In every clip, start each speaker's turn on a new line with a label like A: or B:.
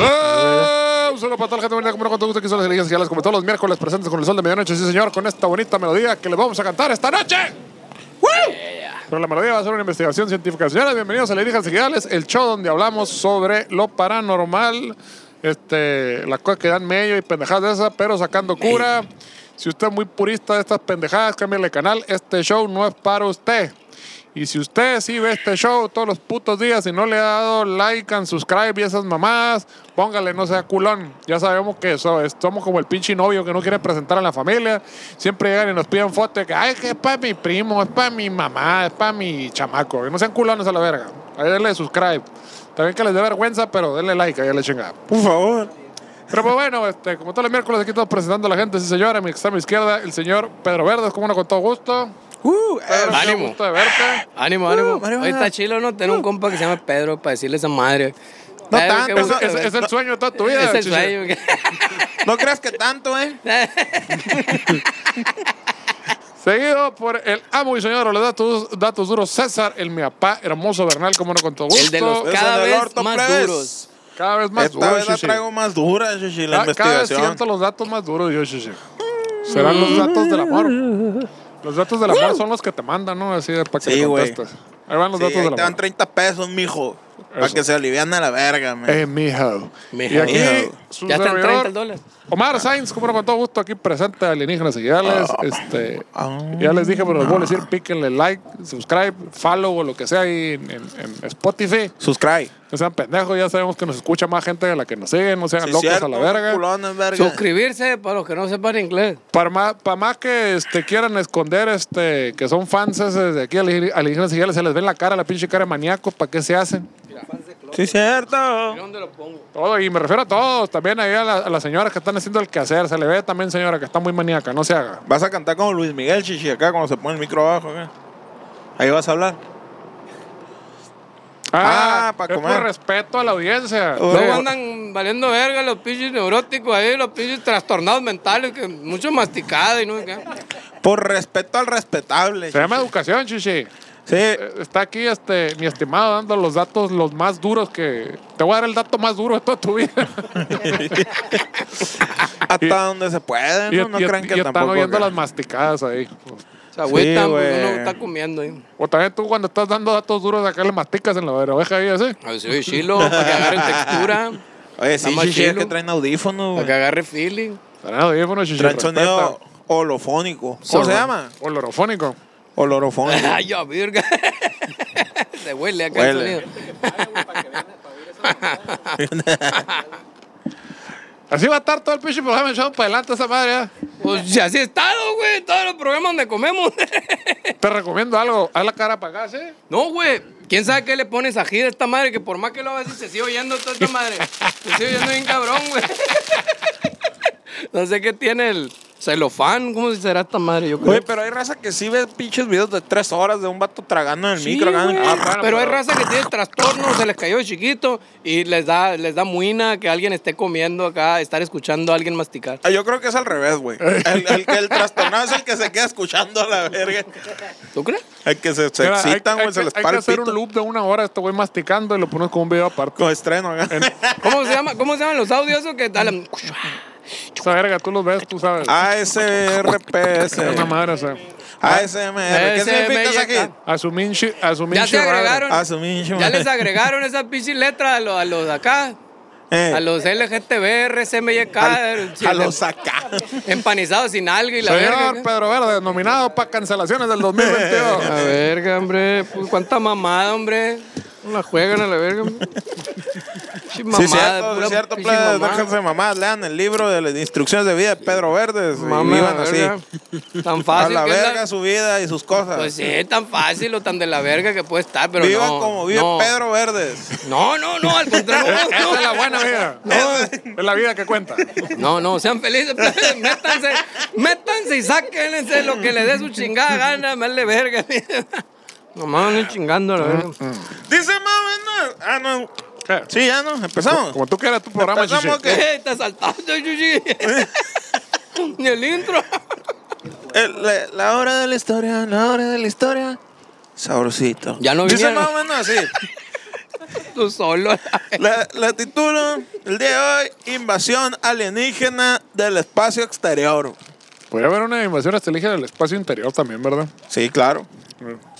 A: ¡Eh! Un saludo para toda la gente bonita, como no, con todo gusto, aquí son las Iglesias Gialas, como todos los miércoles presentes con el sol de medianoche, sí señor, con esta bonita melodía que les vamos a cantar esta noche. ¡Woo! Pero la melodía va a ser una investigación científica. Señores, bienvenidos a Las Iglesias Gialas, el show donde hablamos sobre lo paranormal, este, las cosas que dan medio y pendejadas de esas, pero sacando cura. Si usted es muy purista de estas pendejadas, cámbiale de canal, este show no es para usted. Y si usted sí ve este show todos los putos días y no le ha dado like and subscribe y esas mamadas, póngale, no sea culón. Ya sabemos que eso, es- somos como el pinche novio que no quiere presentar a la familia. Siempre llegan y nos piden fotos de que, ay, que es para mi primo, es para mi mamá, es para mi chamaco. Que no sean culones a la verga. Ahí denle subscribe. También que les dé vergüenza, pero denle like, ahí a la chingada.
B: Por favor.
A: Pero pues bueno, este, como todos los miércoles aquí estamos presentando a la gente, sí señor, a mi extrema izquierda, el señor Pedro Verdes, como no con todo gusto.
B: Uh,
A: Pedro, qué
C: Ánimo.
A: gusto de verte.
C: Ánimo,
B: Uh,
C: ánimo.
B: Mario,
C: Hoy
B: ah.
C: está chilo, ¿no? Tener un compa que se llama Pedro para decirle esa madre.
B: No
C: Pedro,
B: tanto,
C: qué
B: eso-
C: gusto
A: Es, es-
C: verte.
A: es el sueño de toda tu vida.
C: Es el
A: chichi.
C: sueño.
B: no creas que tanto, ¿eh?
A: Seguido por el amo y señor de los datos, datos duros, César, el mi papá hermoso Bernal, como no con todo gusto.
C: El de los
B: Desde
C: cada
B: el
C: vez
B: orto, pues.
C: más
B: plebes.
C: duros.
A: Cada vez más
B: Esta
A: duros.
B: vez la
A: chichi.
B: traigo más dura, Shishi, la
A: Ca- Ah, Cada vez
B: investigación.
A: siento los datos más duros, yo, chichi. Serán los datos del amor. Los datos del amor son los que te mandan, ¿no? Así para que
B: Sí,
A: le
B: güey.
A: contestes. Ahí van los
B: Sí,
A: datos
B: ahí
A: del
B: te dan
A: amor.
B: 30 pesos, mijo. Para
A: Eso.
B: que se aliviane la verga, man.
A: Eh, mijo.
C: Mijo.
A: Y aquí,
B: Mijo.
A: su
C: Ya están 30 el
A: servidor,
C: dólar.
A: Omar Sainz, como no, con todo gusto, aquí presente a alienígenas y Gales. Este,
B: Ah.
A: ya les dije, pero les voy a decir, píquenle like, subscribe, follow o lo que sea ahí en, en- en Spotify.
B: Subscribe.
A: No sean pendejos, ya sabemos que nos escucha más gente de la que nos sigue, no sean
B: Sí,
A: locos
B: cierto,
A: a la verga.
B: culones, verga.
C: Suscribirse para los que no sepan inglés.
A: Para más, para más que este, quieran esconder este, que son fans ese de aquí ali- alienígenas y Gales, se les ve en la cara, la pinche cara de maníacos, ¿para qué se hacen?
B: Sí, cierto.
C: ¿Dónde lo pongo?
A: Todo, y me refiero a todos, también ahí a, la- a las señoras que están haciendo el quehacer, se le ve también señora que está muy maníaca, no se haga.
B: Vas a cantar como Luis Miguel, Shishi, acá cuando se pone el micro abajo. acá. Ahí vas a hablar. Ah, para
A: es
B: comer.
A: por respeto a la audiencia.
B: Oh.
C: Luego andan valiendo verga los pinches neuróticos ahí, los pinches trastornados mentales, que mucho masticado y no sé qué.
B: Por respeto al respetable.
A: Se llama
B: Shishi.
A: educación, chichi.
B: Sí,
A: Eh, Está aquí este, mi estimado dando los datos los más duros que... Te voy a dar el dato más duro de toda tu vida.
B: hasta donde se puede.
A: y
B: No, no
A: y-
B: crean
A: y
B: que
A: están
B: tampoco.
A: oyendo
B: acá.
A: las masticadas ahí.
C: O sea, güey,
B: Sí,
C: tan-
B: güey.
C: pues, uno está comiendo ahí.
A: O también tú cuando estás dando datos duros acá le masticas en la oreja ahí así.
C: A ver si oye chilo, para que agarre textura,
B: Oye, sí,
C: Está más
B: Shishi, es
C: chilo.
B: que traen audífonos. güey.
C: para que agarre feeling.
A: Para nada, audífono, chichi.
B: Traen sonido
A: respeta.
B: holofónico. ¿Cómo se
A: Solo-
B: llama?
A: Olorofónico.
B: Olorofónico.
C: Ay, ya, virga. Se huele acá
B: Huele.
C: el sonido.
A: Así va a estar todo el pinche programa echado para adelante esa madre. ¿eh?
C: Pues si así he estado, güey, todos los programas donde comemos.
A: Te recomiendo algo. Haz la cara para acá, ¿sí?
C: No, güey. ¿Quién sabe qué le pones a gira a esta madre? Que por más que lo hagas, se sigue oyendo toda esta madre. Se sigue oyendo bien cabrón, güey. No sé qué tiene el celofán. ¿Cómo se será esta madre? Yo creo.
B: Oye, pero hay raza que sí ve pinches videos de tres horas de un vato tragando en el
C: Sí,
B: micro. acá.
C: güey.
B: Ah,
A: bueno,
C: pero hay
A: pero-
C: raza que tiene trastornos, se les cayó de chiquito y les da, les da muina que alguien esté comiendo acá, estar escuchando a alguien masticar.
B: ah, Yo creo que es al revés, güey. El, el que el trastornado es el que se queda escuchando a la verga.
C: ¿Tú crees?
B: El que se, se
A: Mira, hay-
B: excitan,
A: hay
B: güey, se
A: que-
B: les
A: Hay
B: para
A: que
B: el
A: hacer
B: pito.
A: un loop de una hora, este güey masticando y lo pones con un video aparte.
B: Con estreno, acá.
C: ¿Cómo se llama? ¿Cómo se llaman los audios esos que tal?
A: Esa verga, tú los ves, tú sabes.
B: Ah, ASRPS.
A: Es una madre, o sea.
B: ASMR. ¿Qué significa
C: ASMR,
B: esa
C: ya
B: aquí?
C: está.
A: Asumir shi- asumir
C: Ya se
A: shirrada.
C: agregaron.
B: Asumir,
C: Ya les agregaron esas pinches letras a los, a los de acá.
B: Eh,
C: A los LGTB, RCMYK,
B: al-
C: sí,
B: a
C: de-
B: los acá.
C: eh, empanizados sin algo y la
A: Señor
C: verga.
A: Pedro Verde, nominado para cancelaciones del 2022.
C: La verga, hombre. Pues, cuánta mamada, hombre. No la juegan a la verga. hombre. Pinche mamada,
B: sí, cierto,
C: pura
B: sí, cierto,
C: pinche
B: plebes,
C: mamada.
B: déjense mamás, lean el libro de las instrucciones de vida de Pedro Verdes.
C: Mama,
B: y vivan así.
C: verga. Tan
B: A
C: fácil.
B: la
C: que es la-
B: verga su vida y sus cosas.
C: Pues sí, tan fácil o tan de la verga que puede estar, pero
B: vivan
C: no.
B: como vive
C: no.
B: Pedro Verdes.
C: No, no, no, al contrario. No,
A: Eh, Esa
C: no,
A: es la buena vida.
B: Eh,
A: Es la vida que cuenta.
C: No, no, sean felices, plebes, métanse, métanse y sáquense lo que le dé su chingada gana, me vale verga. Nomás van a ir chingando a la verga.
B: Mm, Dice mami, no. Ah, no.
A: ¿Qué?
B: Sí, ya no, empezamos.
A: Como tú que era tu programa, Chichi.
B: Empezamos que
C: Eh, Te saltaste, Yuji. Ni el intro.
B: el- la, Eh, la hora de la historia, la hora de la historia. Sabrosito.
C: Ya no
B: Dice
C: vinieron.
B: más o menos así.
C: Tú solo.
B: La, la titulo el día de hoy, invasión alienígena del espacio exterior.
A: Podría haber una invasión alienígena del espacio interior también, ¿verdad?
B: Sí, claro.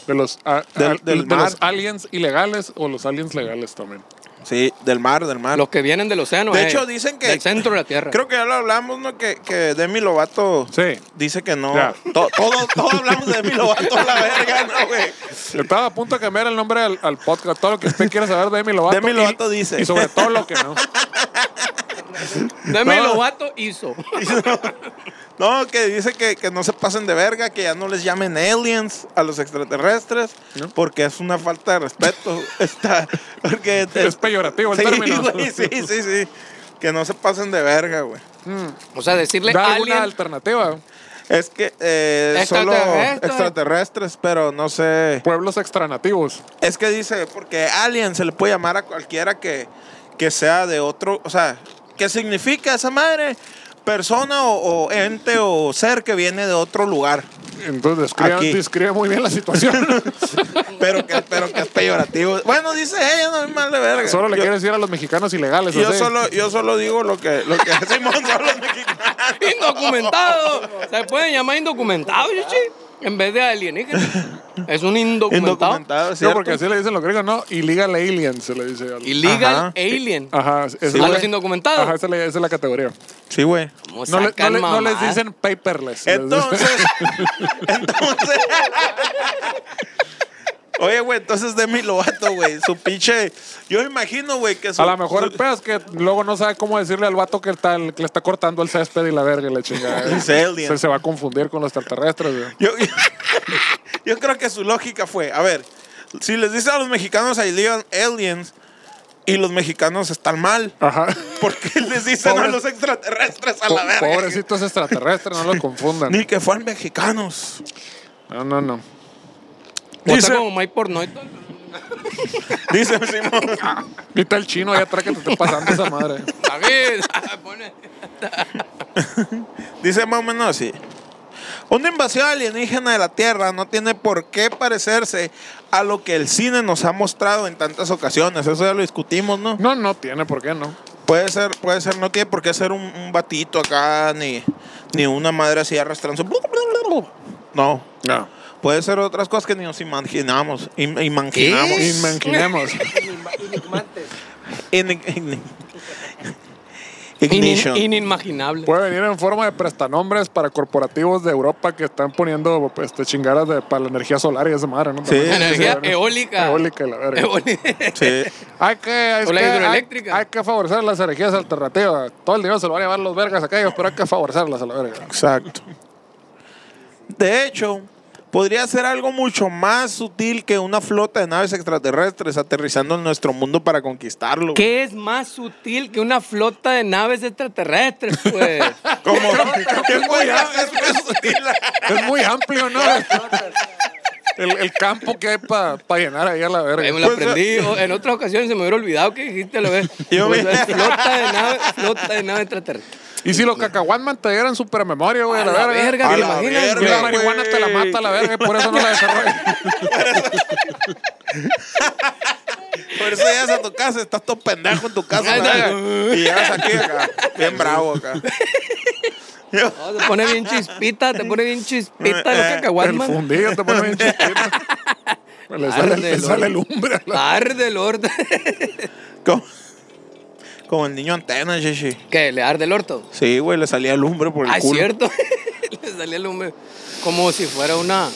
A: De los, a-
B: Del-
A: al-
B: del
A: de los
B: mar.
A: aliens ilegales o los aliens legales también.
B: Sí, del mar, del mar.
C: Los que vienen del océano.
B: De
C: eh,
B: hecho, dicen que-
C: Del centro de la Tierra.
B: Creo que ya lo hablamos, ¿no? Que, que Demi Lovato
A: Sí.
B: dice que no.
A: Ya.
B: To- todo, todo hablamos de Demi Lovato a la verga, ¿no, güey?
A: Estaba a punto de cambiar el nombre al, al podcast. Todo lo que usted quiera saber de Demi Lovato.
B: Demi
A: y-
B: Lovato dice.
A: Y sobre todo lo que no.
C: Demi
B: No.
C: Lovato hizo.
B: No, que dice que, que no se pasen de verga, que ya no les llamen aliens a los extraterrestres, porque es una falta de respeto. Está, porque
A: Es peyorativo el
B: sí,
A: término.
B: güey, sí, sí, sí. Que no se pasen de verga, güey.
C: O sea, decirle
A: Da alguna
C: alien.
A: alternativa.
B: Es que eh, solo
C: Extraterrestres.
B: extraterrestres, pero no sé.
A: Pueblos extranativos.
B: Es que dice, porque alien se le puede llamar a cualquiera que, que sea de otro, o sea, ¿qué significa esa madre? Persona o, o ente o ser que viene de otro lugar,
A: Entonces describe,
B: Aquí.
A: describe muy bien la situación.
B: pero que, pero que es peyorativo. Bueno, dice ella, no es mal de verga.
A: solo le
B: yo,
A: quiere decir a los mexicanos ilegales.
B: yo
A: así.
B: solo, yo solo digo lo que, lo que decimos solo los mexicanos.
C: Indocumentado. Se pueden llamar indocumentados, Yuji. En vez de alienígena. Es un indocumentado.
B: Indocumentado,
A: No,
B: ¿cierto?
A: porque así le dicen los griegos, ¿no? Illegal alien se le dice. al-
C: Illegal
B: Ajá.
C: alien.
A: Ajá. esa es
C: ¿A
A: la-
C: los indocumentados?
A: Ajá, esa es la, esa es la categoría.
B: Sí, güey.
C: ¿Cómo
A: No, le- no
C: Pues sacan ¿eh?
A: le- no les
C: mamadas?
A: dicen paperless. les dicen-
B: Entonces, entonces. Oye, güey, entonces Demi Lovato, güey, su pinche. Yo imagino, güey, que su.
A: A lo mejor el
B: su-
A: pedo es que luego no sabe cómo decirle al vato que, está, que le está cortando el césped y la verga y la chingada.
B: Es alien.
A: Se, se va a confundir con los extraterrestres. güey.
B: Yo, yo creo que su lógica fue: a ver, si les dice a los mexicanos alien- aliens y los mexicanos están mal,
A: Ajá.
B: ¿por qué les dicen a
A: Pobres-
B: los extraterrestres a la verga?
A: Pobrecitos extraterrestres, no los confundan.
B: Ni que fueran mexicanos.
A: No, no, no.
C: O sea,
B: Dice-
C: como Mike Pornoy.
B: Dice Simón.
A: Ni está el chino allá atrás que te esté pasando esa madre.
C: David, pone.
B: Dice más o menos así. Una invasión alienígena de la Tierra no tiene por qué parecerse a lo que el cine nos ha mostrado en tantas ocasiones. Eso ya lo discutimos, ¿no?
A: No, no tiene por qué, no.
B: Puede ser, puede ser, no tiene por qué ser un, un batito acá, ni, ni una madre así arrastrando. No.
A: No.
B: Puede ser otras cosas que ni nos imaginamos. im- imaginamos.
C: ¿Qué?
A: Imaginemos.
B: Ini- ini-
C: Inin-
B: Ignition.
C: inimaginable.
A: Puede venir en forma de prestanombres para corporativos de Europa que están poniendo este, chingaras de, para la energía solar y esa madre, ¿no?
B: Sí.
A: También.
C: Energía
A: Sí,
C: eólica.
A: Eólica, la verga.
C: Eólica.
B: Sí.
A: Hay que, es
C: O la
A: que- hay-
C: hidroeléctrica.
A: Hay, que favorecer las energías alternativas. Todo el dinero se lo van a llevar los vergas a ellos, pero hay que favorecerlas a la verga.
B: Exacto. De hecho, podría ser algo mucho más sutil que una flota de naves extraterrestres aterrizando en nuestro mundo para conquistarlo.
C: ¿Qué es más sutil que una flota de naves extraterrestres, pues?
B: Como, ¿Qué güey haces, güey, sutil?
A: Es muy amplio, ¿no? El, el campo que hay para llenar ahí a la
C: Eh, me
A: verga.
C: la
B: Pues,
C: aprendí. O- En otras ocasiones se me hubiera olvidado que dijiste la vez.
B: Yo me-
C: O sea, flota de naves, flota de naves extraterrestres.
A: Y si los cacahuatman te dieran supermemoria, güey, a la,
C: A la
A: verga.
C: verga, ¿te
A: A la
C: imaginas,
A: verga,
C: güey?
A: La marihuana te la mata a la verga y por eso no la desarrollas.
B: Por eso llegas a tu casa, estás todo pendejo en tu casa.
C: Ay,
B: la verga.
C: no.
B: Y llegas aquí acá, bien bravo acá. Yo-
C: No, te Oh, pone bien chispita, te pone bien chispita los
B: Eh,
C: cacahuates,
A: El
C: man.
A: fundillo te pone bien chiquito. Le sale,
C: Arde,
A: le sale el
C: Lord.
A: lumbre. a la-
C: Arde, el orto.
B: como, como el niño antena, chichi.
C: ¿Qué? ¿Le arde el orto?
B: Sí, güey, le salía lumbre por el
C: Ah, es
B: culo.
C: cierto. Le salía el hombre como si fuera una...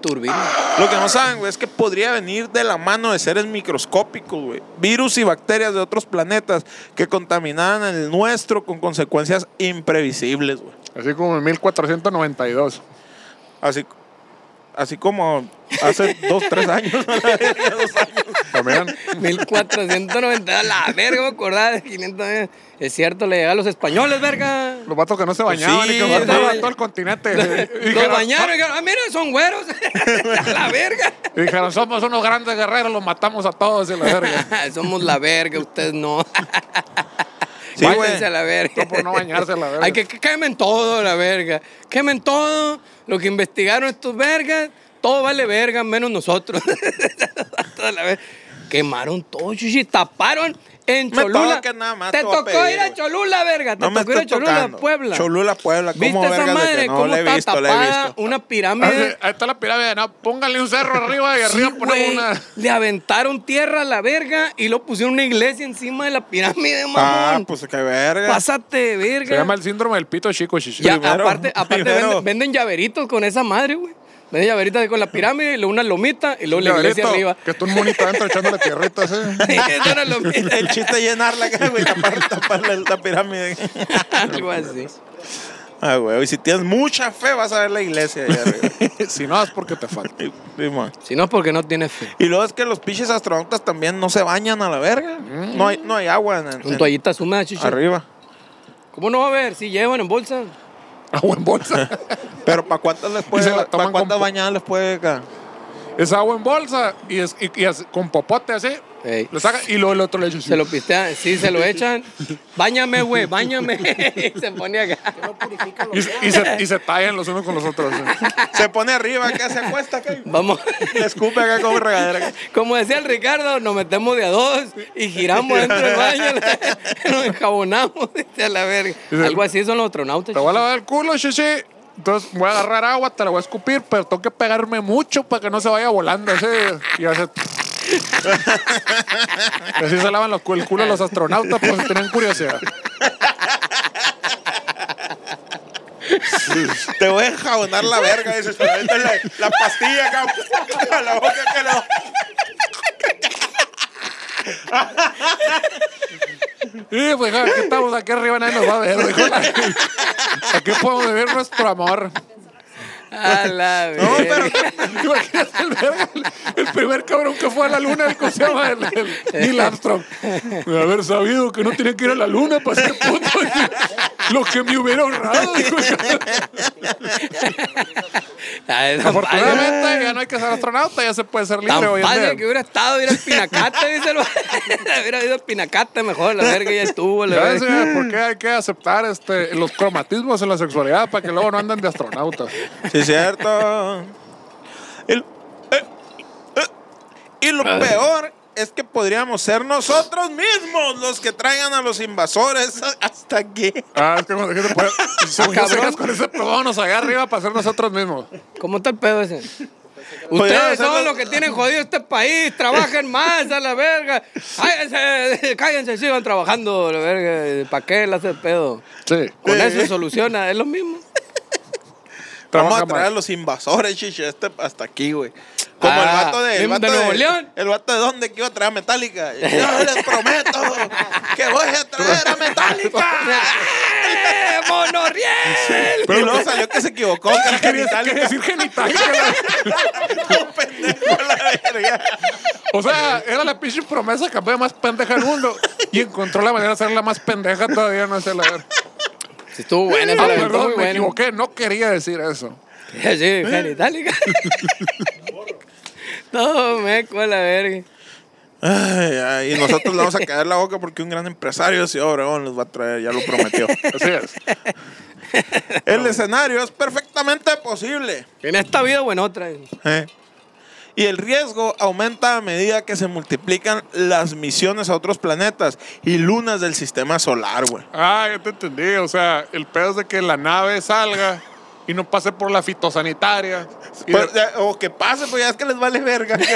C: Turbina.
B: Lo que no saben, güey, es que podría venir de la mano de seres microscópicos, güey. Virus y bacterias de otros planetas que contaminaban el nuestro con consecuencias imprevisibles, güey.
A: Así como en 1492.
B: Así, así como hace dos, tres años. Dos años.
A: También.
C: 1490, a la verga, me acordaba de 500 años. Es cierto, le llegaba a los españoles, verga.
A: Los vatos que no se bañaban
B: sí,
A: y que
B: güey.
A: guardaban todo el continente.
C: Los bañaron, dijeron, ah, mira, son güeros. a la verga.
A: y dijeron, somos unos grandes guerreros, los matamos a todos y la verga.
C: Somos la verga, ustedes no.
B: Sí, güey.
C: Váyanse a la verga.
A: No, por no bañarse a la verga.
C: Hay que, que quemen todo, la verga. Quemen todo. Lo que investigaron estos vergas, todo vale verga, menos nosotros. Toda la verga. Quemaron todo, chuchi. Taparon en
B: Me
C: Cholula.
B: toca nada más,
C: te
B: te voy a
C: tocó
B: pedir,
C: ir a
B: güey.
C: Cholula, verga. Te
B: No me
C: tocó ir a
B: estoy
C: Cholula,
B: tocando.
C: Puebla.
B: Cholula, Puebla. ¿Cómo
C: ¿Viste esa
B: vergas de que
C: madre?
B: no?
C: ¿Cómo
B: La he
C: está
B: visto, la he
C: tapada
B: visto.
C: una pirámide?
A: Así, Ah, Ahí está la pirámide, no, póngale un cerro arriba y arriba
C: Sí,
A: ponemos
C: güey.
A: una.
C: Le aventaron tierra a la verga y lo pusieron una iglesia encima de la pirámide,
B: Ah,
C: mamón.
B: pues qué verga.
C: Pásate, verga.
A: Se llama el síndrome del pito chico, chichi.
C: Ya,
B: Primero,
C: aparte, aparte
B: primero.
C: venden, venden llaveritos con esa madre, güey. Venden llaveritos con la pirámide, y luego una lomita y luego la iglesia
A: Llaverito,
C: arriba.
A: Que está un monito adentro echándole tierrita así.
C: Es una lomita,
B: El chiste es llenarla acá, güey, tapar, tapar la, la pirámide.
C: algo así.
B: Ah, güey, y si tienes mucha fe, vas a ver la iglesia allá arriba.
A: si no, es porque te falta.
B: Sí, Simón.
C: Si no, porque no tienes fe.
B: Y luego es que los pinches astronautas también no se bañan a la verga.
A: Mm.
B: No hay, no hay agua en, en-
C: Con toallitas húmedas, chicho.
B: arriba.
C: ¿Cómo no va a ver? Si llevan en bolsa.
A: Agua en bolsa.
B: Pero ¿para cuántas les
A: Y se
B: puede,
A: la
B: para
A: toman con
B: cuántas
A: po-
B: bañadas les puede ca-
A: es agua en bolsa y, es, y, y es con popote así.
C: Ey.
A: Lo saca y luego el otro le echa así.
C: Se lo pistean, sí, se lo echan. Báñame, güey, báñame. Y se pone acá.
A: y, se- y se, y se tallan los unos con los otros. así.
B: Se pone arriba, acá se acuesta, acá y
C: Vamos.
B: le escupe acá como regadera.
C: Como decía el Ricardo, nos metemos de a dos y giramos dentro del baño, nos enjabonamos, dice a la verga. Algo así son los astronautas.
A: Te voy a lavar el culo, chichi. Entonces voy a agarrar agua, te la voy a escupir, pero tengo que pegarme mucho para que no se vaya volando. Así, y hace... Y así se lavan los, cu- el culo los astronautas por si tienen curiosidad.
B: Te voy a enjabonar la verga, dices, pero métele la, pastilla acá a la boca que no.
A: Y pues, ja, aquí estamos, aquí arriba nadie nos va a ver. dijo la- Aquí podemos vivir nuestro amor.
C: A la verga.
B: No, pero
A: Imagínate el, verga, el primer cabrón que fue a la luna, el ¿cómo se llama? El, el Neil Armstrong. De haber sabido que no tenía que ir a la luna para ser puto. Lo que me hubiera ahorrado. dijo.
C: Ay, tan padre,
A: Afortunadamente ya no hay que ser astronauta, ya se puede ser libre
C: tan
A: hoy en
C: padre que
A: día.
C: hubiera estado ir al pinacate, dice el Hubiera ido al pinacate mejor, la verga ya estuvo, la
A: ¿Sabes,
C: verga.
A: señora, por qué hay que aceptar este, los cromatismos en la sexualidad para que luego no anden de astronautas?
B: Sí, es cierto. Y, lo- eh, eh, y lo peor es que podríamos ser nosotros mismos los que traigan a los invasores hasta aquí.
A: Ah, es que cuando dijiste, pues, si
C: Ah, cabrón.
A: llegas con ese probámonos allá arriba para ser nosotros mismos.
C: ¿Cómo está el pedo ese?
B: Podríamos
C: Ustedes son
B: hacerlo-
C: los que tienen jodido este país, trabajen más a la verga. Cállense, cállense, sigan trabajando, la verga. ¿Para qué le hace el pedo?
A: Sí.
C: Con
B: Sí.
C: eso soluciona, es lo mismo.
B: Vamos
A: Trabaja
B: a traer a
A: más.
B: los invasores, chiche, este- hasta aquí, güey. Como el
C: Ah,
B: vato de, el
C: ¿de
B: vato
C: Nuevo León?
B: El vato de dónde que iba a traer a Metallica. Yo les prometo que voy a traer a Metallica.
C: ¡Eh, ¡Monoriel!
B: Pero pues- luego salió que se equivocó, que era
A: Quería
B: genitalia.
A: decir genital. cabrón.
B: Un pendejo, la verga.
A: O sea, era la pinche promesa que fue más pendeja del mundo. Y encontró la manera de hacerla más pendeja todavía, no sé la verdad.
C: Sí, estuvo buena, se
A: Ah,
C: la aventó
A: perdón,
C: muy
A: me
C: buena.
A: equivoqué, no quería decir eso.
C: Sí, genitálica. Todo meco a la verga.
B: Ay, ay, y nosotros le vamos a caer la boca porque un gran empresario de Ciudad Obregón les va a traer, ya lo prometió.
A: Así es.
B: El escenario es perfectamente posible.
C: En esta vida o en otra.
B: ¿eh? Y el riesgo aumenta a medida que se multiplican las misiones a otros planetas y lunas del sistema solar, güey.
A: Ah, ya te entendí. O sea, el pedo es de que la nave salga y no pase por la fitosanitaria. Y
B: Pues,
A: de-
B: ya, o que pase, pues ya es que les vale verga.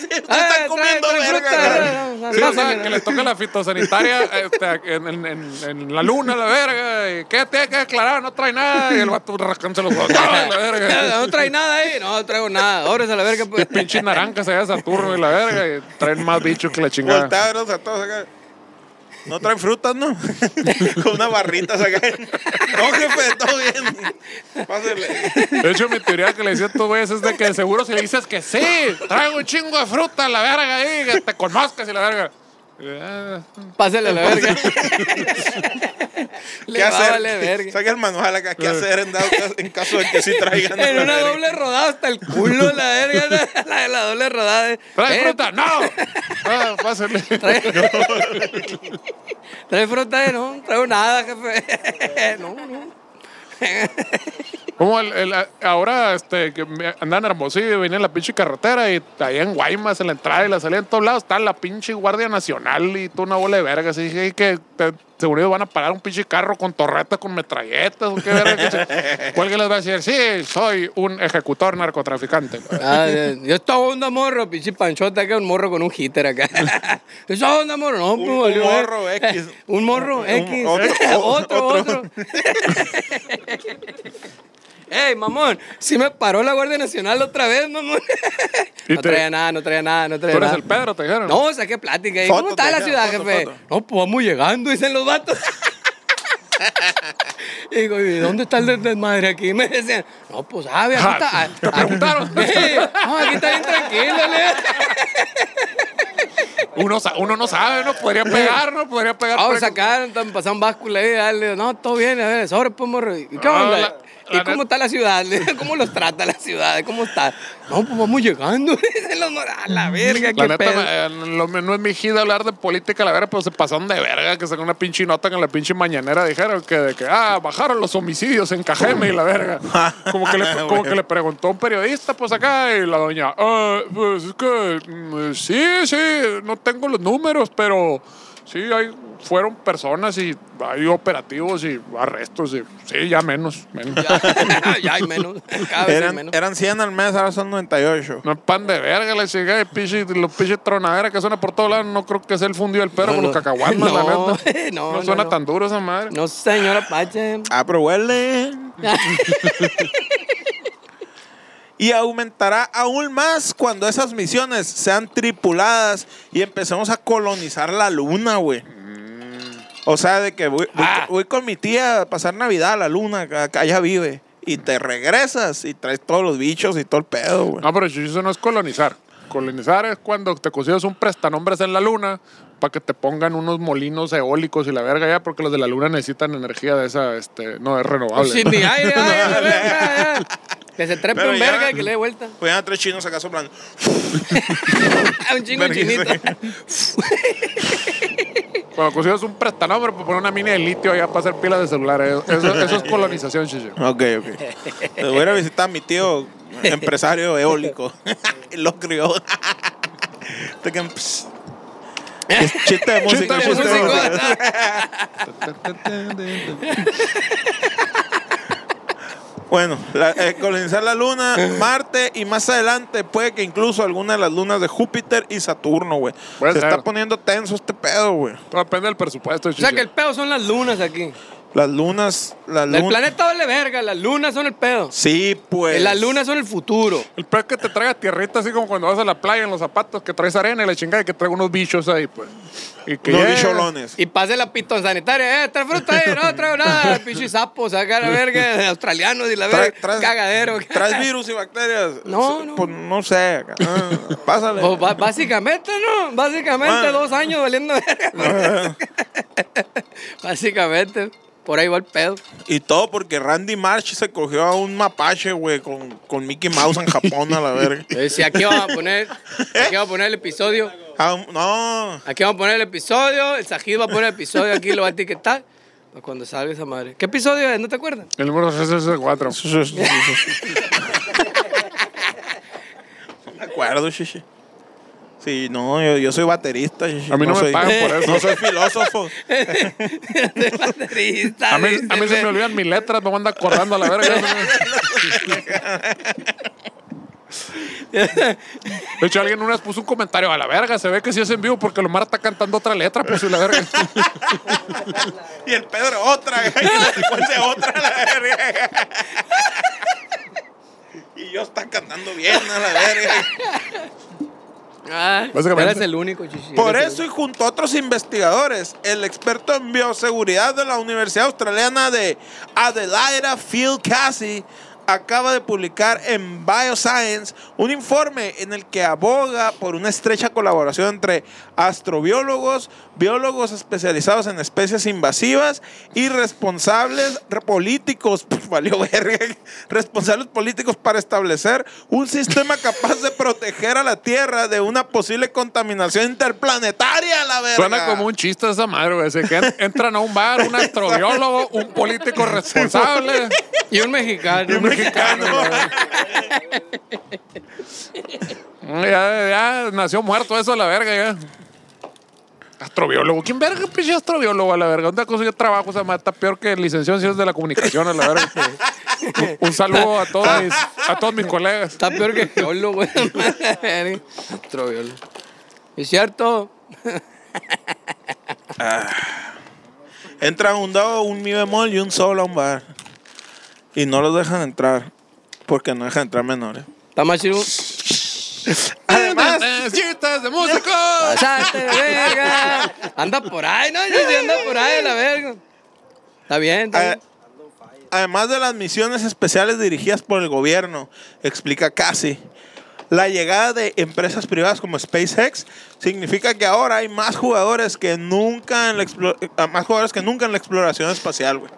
B: Sí,
C: trae-
B: Están comiendo
C: trae
B: verga.
C: Ah, fruta,
B: güey.
C: no, no,
A: Sí,
C: no,
A: o sea,
C: no,
A: que
C: no.
A: les toque la fitosanitaria este, en, en- en- en la luna, la verga. Y que tiene que declarar, no trae nada. Y el vato rascándose los ojos. ¡Ah, la verga!
C: No trae nada ahí. No, no traigo nada. Ahora a la verga, pues.
A: Pinches naranjas allá de Saturno y la verga. Y traen más bichos que la chingada.
B: Voltearos a todos acá. No traen frutas, ¿no? Con unas barritas acá. No, jefe, todo bien. Pásale.
A: De hecho, mi teoría que le decía a estos güeyes es de que seguro si le dices que sí, traigo un chingo de fruta a la verga ahí, que te conozcas y la verga. Eh,
C: Pásale a la verga.
B: ¿Qué
C: Le va a
B: hacer?
C: valer verga.
B: Saca el manual acá.
A: Eh.
B: ¿Qué hacer en, dado caso- en caso de que sí traigan? a
C: En
B: la
C: una
B: verga?
C: doble rodada hasta el culo, la verga. ¿no? La de la doble rodada. eh.
A: ¿Traes
C: Eh,
A: fruta? ¡No! Ah, pásale.
C: Trae fruta, eh, no, no traigo nada, jefe. No, no.
A: Como el, el- ahora este, que me- andan hermosillo y venía en la pinche carretera y allá en Guaymas, en la entrada y la salida en todos lados, está la pinche Guardia Nacional y toda una bola de vergas. Y dije "Ey, que te, seguro van a parar un pinche carro con torretas, con metralletas o qué verga. que se- ¿Cuál que les va a decir? Sí, soy un ejecutor narcotraficante.
C: Ah, eh, yo estaba onda morro, pinche panchota acá, un morro con un hitter acá. Yo estaba onda morro, no, pues,
B: un
C: valió, eh.
B: morro X.
C: Un morro
B: Un-
C: X.
B: otro-
C: otro,
B: otro.
C: otro. Ey, mamón, sí me paró la Guardia Nacional otra vez, mamón.
A: ¿Y
C: No
A: te-
C: traía nada, no traía nada, no traía
A: Tú eres
C: nada.
A: el Pedro, te dijeron.
C: No, saqué plática. ¿Y
B: Foto
C: ¿Cómo está
B: te
C: la
B: dijeron,
C: ciudad,
B: foto,
C: jefe?
B: foto.
C: No, pues vamos llegando, dicen los vatos. Y digo, ¿y dónde está el des- desmadre aquí? Y me decían, no, pues, ah, ve, aquí
A: Ah,
C: está. ah,
A: te
C: ah,
A: preguntaron.
C: sí, no, aquí está bien tranquilo, le.
A: Uno, sa- uno no sabe, no podría pegar, no podría pegar. Por-
C: Ahora Ah, pues, sacaron, tan- pasaron báscula y dale, no, todo bien, a ver, sobre, pues, morro. ¿Y qué
A: Ah,
C: onda?
A: la-
C: ¿Y
A: la
C: cómo
A: net-
C: está la ciudad? Le digo, ¿Cómo los trata la ciudad? ¿Cómo está? No, pues vamos llegando. Dicen los moros, a la verga,
A: La
C: qué
A: neta,
C: pedo.
A: me- eh, lo, me- no es mi gira hablar de política, la verga, pero se pasaron de verga que sacó una pinche nota que en la pinche mañanera dijeron que, de que ah, bajaron los homicidios en Cajeme y la verga. Como que le, como que le preguntó un periodista, pues acá, y la doña, "Ah, pues es que mm, sí, sí, no tengo los números, pero sí, hay, fueron personas y hay operativos y arrestos y sí, ya menos, menos.
C: Ya, ya hay menos, cada vez hay
B: Eran,
C: menos.
B: eran 100 al mes, ahora son 98.
A: No es pan de verga, la chica de pichi, los pichis tronadera que suena por todos lados. No creo que sea el fundido del perro
C: No,
A: con los
C: no.
A: cacahuates, la
C: No,
A: neta.
C: no, no,
A: suena
C: no.
A: tan duro esa madre.
C: No, señora Pache.
B: Ah, pero huele. y aumentará aún más cuando esas misiones sean tripuladas y empecemos a colonizar la luna, güey. O sea, de que voy, voy- voy con mi tía a pasar Navidad a la luna, que acá allá vive. Y te regresas y traes todos los bichos y todo el pedo, güey.
A: No, pero chichi, eso no es colonizar. Colonizar es cuando te consigues un prestanombres en la luna para que te pongan unos molinos eólicos y la verga ya, porque los de la luna necesitan energía de esa, este, no es renovable.
C: Sin ni aire, ay, a la verga, ya. Que se trepe
B: Pero
C: un
B: ya-
C: verga y que le dé vuelta.
B: Pues ya tres chinos acá soplando.
C: Un chingo un
B: Vergüenza.
C: chinito.
A: Cuando consigues un prestanombre para poner una mina de litio allá para hacer pilas de celulares. Eso, eso es colonización, chichi.
B: Ok, ok. Le voy a ir a visitar a mi tío, empresario eólico. Lo crió. Te que- pss. Es Chiste de música.
A: Chiste de
B: chiste de
A: música.
B: música. Bueno, la- eh, colonizar la luna, Marte y más adelante puede que incluso alguna de las lunas de Júpiter y Saturno, güey.
A: Puede
B: Se
A: ser.
B: está poniendo tenso este pedo, güey.
A: Todo depende del presupuesto,
C: O
A: chichi.
C: sea que el pedo son las lunas aquí.
B: Las lunas, las
C: El
B: lunas.
C: planeta vale verga, las lunas son el pedo.
B: Sí, pues.
C: Las lunas son el futuro.
A: El peor es que te traiga tierrita así como cuando vas a la playa en los zapatos, que traes arena y la chingada y que traiga unos bichos ahí, pues. Y que
B: Los
A: llegue-
B: bicholones.
C: Y pase la pitón sanitaria, eh, trae fruta ahí, no traigo nada, pinche sapo, saca la verga, de australianos y la
B: Trae-
C: verga,
B: traes-
C: cagadero.
B: Traes virus y bacterias.
C: No,
B: Sí,
C: no.
B: Pues no sé. ah, Pásale.
C: Pues, ba- básicamente, ¿no? Básicamente
B: Bueno.
C: dos años valiendo
B: Ah.
C: verga. básicamente, por ahí va el pedo.
B: Y todo porque Randy Marsh se cogió a un mapache, güey, con, con Mickey Mouse en Japón a la verga.
C: Yo decía, aquí vamos a poner, aquí vamos a poner el episodio.
B: Ah, no.
C: Aquí vamos a poner el episodio, el Sajid va a poner el episodio, aquí lo va a etiquetar. Para cuando salga esa madre. ¿Qué episodio es? ¿No te acuerdas?
A: El número 664.
B: no me acuerdo, shishi. Sí, no, yo, yo soy baterista.
A: A mí no me
B: soy-
A: pagan por eso.
B: No soy filósofo.
C: De baterista.
A: A mí, a mí se
C: dice,
A: me olvidan mis letras, me anda acordando a la verga. De hecho, alguien una vez puso un comentario a la verga. Se ve que sí es en vivo porque Lomar está cantando otra letra, pues y la verga.
B: y el Pedro otra. Y la Cifuente otra. a La verga. y yo está cantando bien a la verga.
C: Ah,
A: Básicamente.
C: Eres el único, chichi.
B: Por
C: eres
B: eso
C: el
B: y junto a otros investigadores, el experto en bioseguridad de la Universidad Australiana de Adelaida, Phil Casey, acaba de publicar en Bioscience un informe en el que aboga por una estrecha colaboración entre astrobiólogos, biólogos especializados en especies invasivas y responsables re- políticos, Pf, valió verga, responsables políticos para establecer un sistema capaz de proteger a la Tierra de una posible contaminación interplanetaria, la verga.
A: Suena como un chiste esa madre, güey. Así que en- entran a un bar, un astrobiólogo, un político
B: pues.
A: responsable.
C: único. Y un mexicano.
A: Y un mexicano. Ya, ya nació muerto eso a la verga, ya. Astrobiólogo. ¿Quién verga, pinche astrobiólogo a la verga? ¿Dónde consiguió trabajo? esa madre? está peor que el licenciado en Ciencias de la Comunicación a la verga. Un- Un saludo a todos mis, a todos mis colegas.
C: Está peor que Violo, güey. Otro Violo. Es cierto.
B: Entran un do, un mi bemol y un sol a un bar. Y no los dejan entrar, porque no dejan entrar menores.
C: Está más chido.
B: Además,
A: Chistes de músicos.
C: Pásate, verga. Anda por ahí, no, chichi, anda por ahí, la verga. Está bien,
A: Eh,
C: está
B: A-
C: bien.
B: Además de las misiones especiales dirigidas por el gobierno, explica Casi. La llegada de empresas privadas como SpaceX significa que ahora hay más jugadores que nunca en la, explo- eh, más jugadores que nunca en la exploración espacial, güey.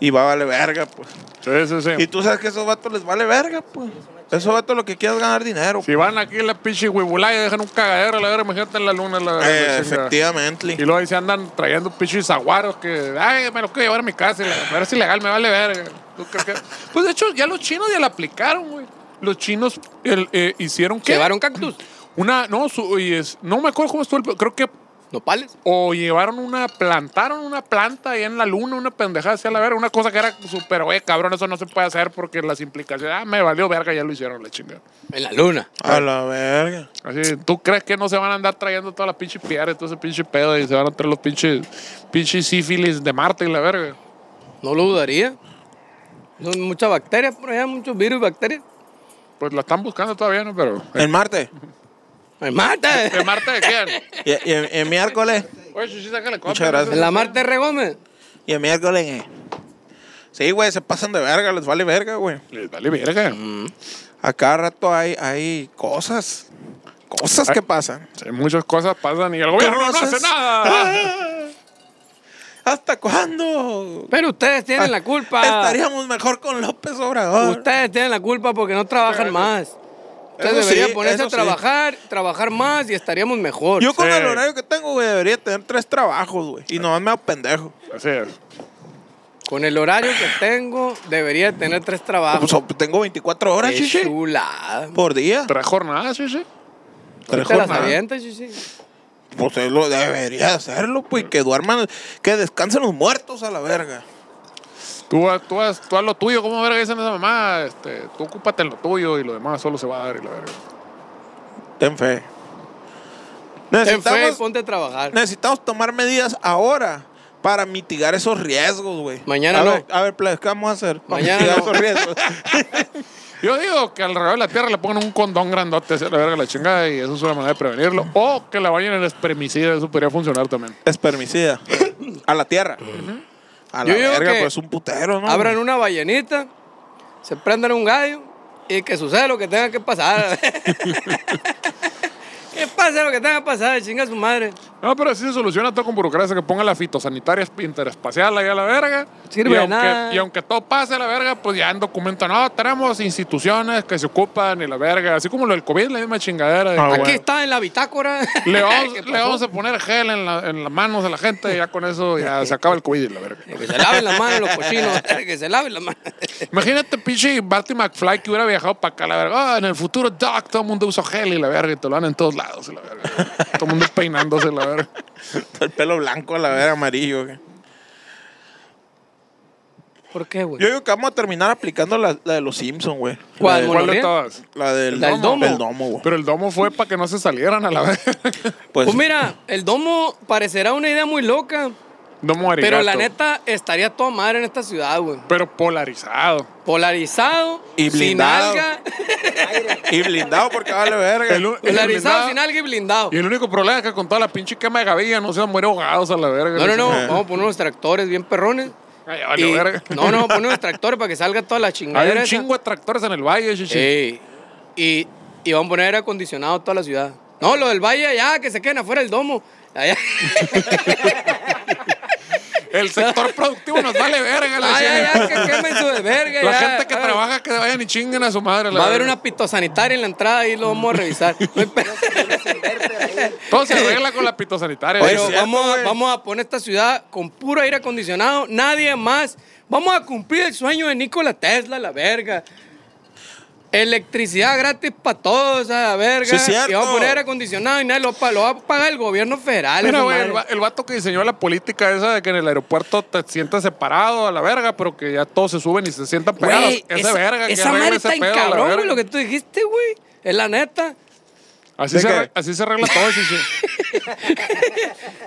B: Y va a vale verga, pues.
A: Sí, sí,
B: Y
A: sí.
B: tú sabes que esos vatos les vale verga, pues. Esos vatos lo que quieren es ganar dinero.
A: Si van aquí la pinche huibulaya, dejan un cagadero a la verga, imagínate en la luna. La verga,
B: Eh,
A: chingada.
B: efectivamente.
A: Y luego ahí se andan trayendo pinches aguaros que, ay, me los quiero llevar a mi casa, y la- pero es ilegal, me vale verga. ¿Tú crees que- Pues de hecho, ya los chinos ya la aplicaron, güey. Los chinos el, eh, hicieron que.
C: ¿Llevaron cactus?
A: Una, no, su- y es- no me acuerdo cómo estuvo, el pe- creo que
C: ¿Nopales?
A: o llevaron una, plantaron una planta ahí en la luna, una pendejada hacia la verga, una cosa que era súper, oye, cabrón, eso no se puede hacer porque las implicaciones, ah, me valió verga, ya lo hicieron la chingada.
C: En la luna.
B: A la verga.
A: Así, ¿tú crees que no se van a andar trayendo todas las pinches piedras, todo ese pinche pedo y se van a traer los pinches, pinches sífilis de Marte y la verga?
C: No lo dudaría. Son muchas bacterias por allá, muchos virus y bacterias.
A: Pues la están buscando todavía, ¿no? Pero.
B: En Marte.
C: ¡Me mata!
A: ¿De Marte de quién?
B: Y, y en, en miércoles.
A: Oye, Chuchi, sácale copia.
B: Muchas gracias.
C: En la Marte R. Gómez.
B: Y el miércoles. eh. Sí, güey, se pasan de verga, les vale verga, güey.
A: Les vale verga.
B: A cada rato hay, hay cosas. Cosas
C: Ah.
B: que pasan.
A: Sí, muchas cosas pasan y el gobierno no hace
B: Cosas.
A: nada.
B: ¿Hasta cuándo?
C: Pero ustedes tienen la culpa.
B: Estaríamos mejor con López Obrador.
C: Ustedes tienen la culpa porque no trabajan más. Ustedes
B: Eso sí,
C: deberían ponerse
B: eso
C: a
B: sí.
C: trabajar, trabajar más y estaríamos mejor.
B: Yo con
A: Sí.
B: el horario que tengo, güey, debería tener tres trabajos, güey. Y nomás me hago pendejo.
A: Así es.
C: Con el horario que tengo, debería tener tres
B: Pues,
C: trabajos.
B: oh, tengo 24 horas,
C: Ah. Qué
B: chiche.
C: chulada.
B: Por día.
A: Tres jornadas, sí, sí.
B: Tres
C: ¿Te las
B: jornadas.
C: avientas, chichi?
B: Pues él lo debería hacerlo, pues. Que duerman, que descansen los muertos a la verga.
A: Tú, haz- tú, haz, tú haz lo tuyo, ¿cómo verga dicen esa mamá? Este, tú ocúpate en lo tuyo y lo demás solo se va a dar y la verga.
B: Ten fe.
C: Ten fe,
B: Necesitamos,
C: ponte a trabajar.
B: necesitamos tomar medidas ahora para mitigar esos riesgos, güey.
C: Mañana
B: a
C: no.
B: Ver, a ver, plebes, ¿qué vamos a hacer para
C: Mañana
B: mitigar
C: no.
B: esos riesgos?
A: Yo digo que alrededor de la tierra le pongan un condón grandote, se la verga la chingada, y eso es una manera de prevenirlo. O que la bañen en espermicida, eso podría funcionar también.
B: Espermicida. A la tierra. A la
C: Yo digo
B: verga,
C: que
B: pues un putero, ¿no?
C: Abran una ballenita, se prendan un gallo y que suceda lo que tenga que pasar. que pase lo que tenga que pasar, chinga su madre.
A: No, pero así se soluciona todo con burocracia, que pongan la fitosanitaria interespacial ahí a la verga.
C: Sirve
A: y
C: de
A: aunque,
C: nada.
A: Y aunque todo pase a la verga, pues ya en documento, no, tenemos instituciones que se ocupan y la verga, así como lo del COVID, la misma chingadera. de
B: Ah,
A: que
C: Aquí
B: bueno.
C: está en la bitácora.
A: Le vamos,
C: ¿Qué pasó?
A: le vamos a poner gel en, la- en las manos de la gente y ya con eso ya se acaba el COVID y la verga.
C: Que se laven las manos los cochinos, que se laven las manos.
A: Imagínate, pinche Marty McFly que hubiera viajado para acá, la verga. Ah, en el futuro, Doc, todo el mundo usa gel y la verga, y te lo dan en todos lados, y la verga. Todo el mundo peinándose, la verga.
B: El pelo blanco, la vera amarillo. güey.
C: ¿Por qué, güey?
B: Yo digo que vamos a terminar aplicando la, la de los Simpsons, güey.
C: ¿Cuál,
B: La
A: ¿Cuál de
B: del-
C: Monorriel?
A: todas?
B: La del,
C: La del domo.
B: Del domo, güey.
A: Pero el domo fue para que no se salieran a la verga.
B: Pues,
C: Pues mira, el domo parecerá una idea muy loca,
A: Domo arigato.
C: pero la neta estaría toda madre en esta ciudad, güey.
A: Pero polarizado.
C: Polarizado,
B: Y
C: sin
B: blindado.
C: alga.
B: y blindado porque vale verga.
A: El u- el
C: Polarizado,
A: blindado-
C: sin alga y blindado.
A: Y el único problema es que con toda la pinche quema de gavilla no se van a morir ahogados a la verga.
C: No, no, no, vamos a poner unos tractores bien perrones.
A: Ay, ya Eh, valió
C: Y-
A: verga.
C: no, no, poner unos tractores para que salga toda la
A: Hay
C: chingadera.
A: un
C: esa.
A: chingo de tractores en el valle, chichi.
C: Ey, y, y van a poner aire acondicionado toda la ciudad. No, lo del valle allá, que se queden afuera del domo. Allá.
A: El sector productivo nos vale verga. La,
C: Ay, ay, ay, que quemen su verga.
A: la
C: ya.
A: gente que
C: Ay,
A: trabaja que vayan y chinguen a su madre. la
C: Va a haber
A: verga.
C: una pitosanitaria en la entrada y lo vamos a revisar. No hay pedo.
A: Todo se arregla con la pitosanitaria.
C: Pero
A: Pero-
B: cierto,
C: vamos, a,
B: güey.
C: vamos a poner esta ciudad con puro aire acondicionado, nadie más. Vamos a cumplir el sueño de Nikola Tesla, la verga. Electricidad gratis para todos, a la verga.
B: Sí, es cierto.
C: Y vamos a poner aire acondicionado y nadie lo, pa- lo va a pagar el gobierno federal.
A: Mira,
C: esa
A: güey,
C: madre.
A: el, va- el vato que diseñó la política esa de que en el aeropuerto te sientas separado a la verga, pero que ya todos se suben y se sientan pegados.
C: Güey,
A: esa, verga, que
C: esa
A: arregle
C: madre
A: ese
C: está en
A: pedo, la
C: cabrón,
A: verga.
C: güey, lo que tú dijiste, güey. Es la neta.
A: así,
B: ¿De
A: se
B: qué?
A: arregla, así se arregla todo, chichi.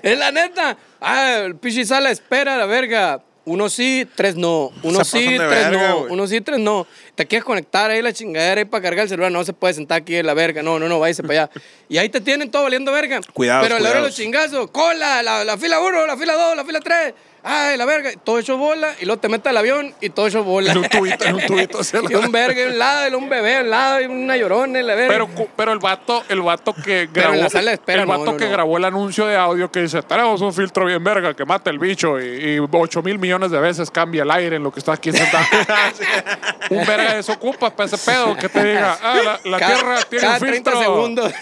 C: Es la neta. Ah, el pichi sala espera, la verga. Uno sí, tres no. Uno
B: Se
C: sí,
B: pasan de
C: tres
B: verga,
C: no.
B: güey.
C: Uno sí, tres no. Te quieres conectar ahí la chingadera ahí para cargar el celular. No se puede sentar aquí en la verga. No, no, no, váyase para allá. Y ahí te tienen todo valiendo verga.
B: Cuidados,
C: Pero a la hora de los chingazos, cola, la, la fila uno, la fila dos, la fila tres. Ay, la verga. Todo hecho bola. Y luego te metes al avión y todo hecho bola.
A: En un tubito, en un tubito. hacia la
C: y un verga en un lado, y un bebé en un lado, y una llorona en la verga.
A: Pero, cu- pero el vato, el vato que grabó.
C: Pero en la sala de espera,
A: el
C: no,
A: vato
C: no,
A: que
C: no.
A: grabó el anuncio de audio que dice, tenemos un filtro bien verga que mata el bicho y, y 8 mil millones de veces cambia el aire en lo que está aquí sentado. un verga desocupa para ese pedo que te diga, ah, la, la
C: Cada-
A: tierra tiene
C: cada
A: un
C: 30
A: filtro.
C: segundos.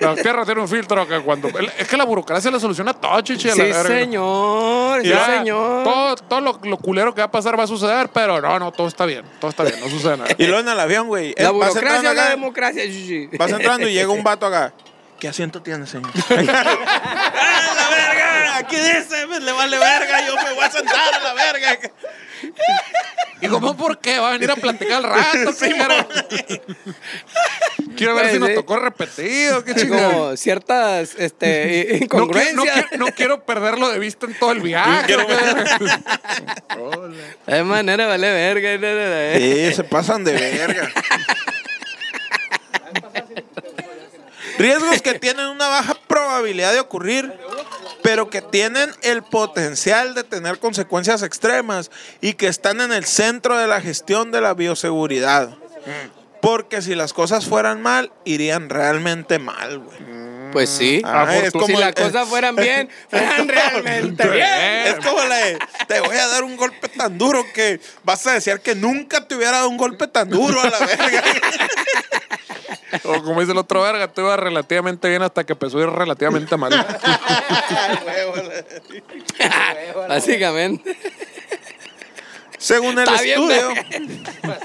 A: la tierra tiene un filtro que cuando. Es que la burocracia le soluciona todo, chichi. a la
C: Sí,
A: verga.
C: señor. Sí,
A: Ya,
C: señor.
A: Todo, todo lo, lo culero que va a pasar va a suceder, pero no, no, todo está bien. Todo está bien, no sucede nada.
B: Y luego en el avión, güey. eh,
C: La
B: vas entrando
C: burocracia, la
B: acá,
C: democracia. sí, sí.
B: Vas entrando y llega un vato acá. ¿Qué asiento tiene, señor? ¡Ah, la verga! Aquí dice, pues, le vale verga, yo me voy a sentar a la verga.
A: Y como, ¿por qué? Va a venir a platicar al rato, primero. Quiero ver
C: Pues,
A: si nos
C: sí.
A: tocó repetido, qué
C: Sí,
A: chingón.
C: como ciertas este, i-
A: No quiero, no,
C: incongruencias.
A: quiero, no quiero perderlo de vista en todo el viaje.
B: Quiero-
C: Hay manera, vale verga. na, na, na, eh.
B: Sí, se pasan de verga. Riesgos que tienen una baja probabilidad de ocurrir, pero que tienen el potencial de tener consecuencias extremas y que están en el centro de la gestión de la bioseguridad. Porque si las cosas fueran mal, irían realmente mal, güey.
C: Pues sí.
B: Ah,
A: Afortun-
B: es como
C: si
B: el-
C: las cosas fueran bien, fueran realmente bien.
B: Es como la de, te voy a dar un golpe tan duro que vas a decir que nunca te hubiera dado un golpe tan duro a la verga.
A: O como dice el otro verga, tú ibas relativamente bien hasta que empezó a ir relativamente mal.
C: Básicamente.
B: Según el
C: Está bien,
B: estudio,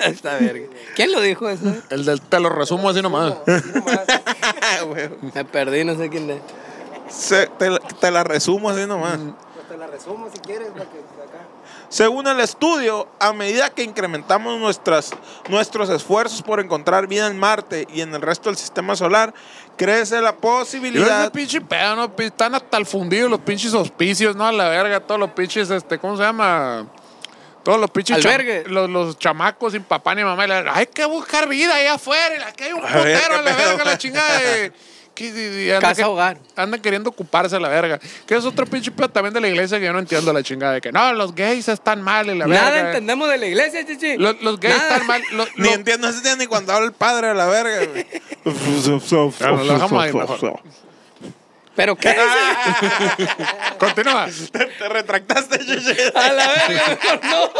C: Esta verga. ¿Quién lo dijo eso?
A: El del te lo resumo así nomás.
B: Ah, huevo.
C: Me perdí, no sé quién es.
B: Se- te, la- te la resumo así nomás.
D: Pues te la resumo si quieres, para que acá.
B: Según el estudio, a medida que incrementamos nuestras, nuestros esfuerzos por encontrar vida en Marte y en el resto del sistema solar, crece la
A: Y ves ese
B: posibilidad.
A: pinche pedo, ¿no? Pi- Están hasta el fundido los pinches hospicios, ¿no? A la verga, todos los pinches, este, ¿cómo se llama? Todos los pinches cham-
C: Albergue.
A: los, los chamacos sin papá ni mamá. y la verga, hay que buscar vida ahí afuera. y la- Aquí hay un
B: A ver,
A: putero,
B: qué
A: a la
B: pedo.
A: verga, la chingada de... que- y- y anda
C: Casa
A: que-
C: hogar.
A: Andan queriendo ocuparse a la verga. Que es otro pinche pedo también de la iglesia que yo no entiendo la chingada de que no, los gays están mal y la
C: Nada
A: verga.
C: entendemos de la iglesia, chichi.
A: Los, los gays
C: Nada.
A: están mal. Los,
B: Ni
A: los-
B: entiendo ese día ni cuando habla el padre a la verga. güey.
A: Ya, nos lo dejamos ahí mejor.
C: ¿Pero qué dice?
A: Continúa.
B: te, te retractaste, Chuchi.
C: A la verga, mejor no.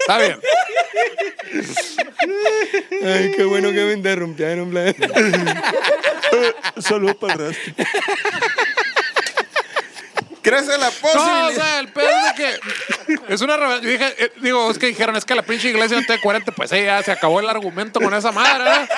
A: Está bien.
C: Ay, qué bueno que me interrumpieron, plan.
B: Saludos para el resto. Crece
A: No,
B: la
A: o
B: posibilidad.
A: sea, el pedo es de que. Es una rebel- yo dije, eh, digo, es que dijeron, es que la pinche iglesia no tiene 40. Pues sí, ya se acabó el argumento con esa madre, ¿verdad?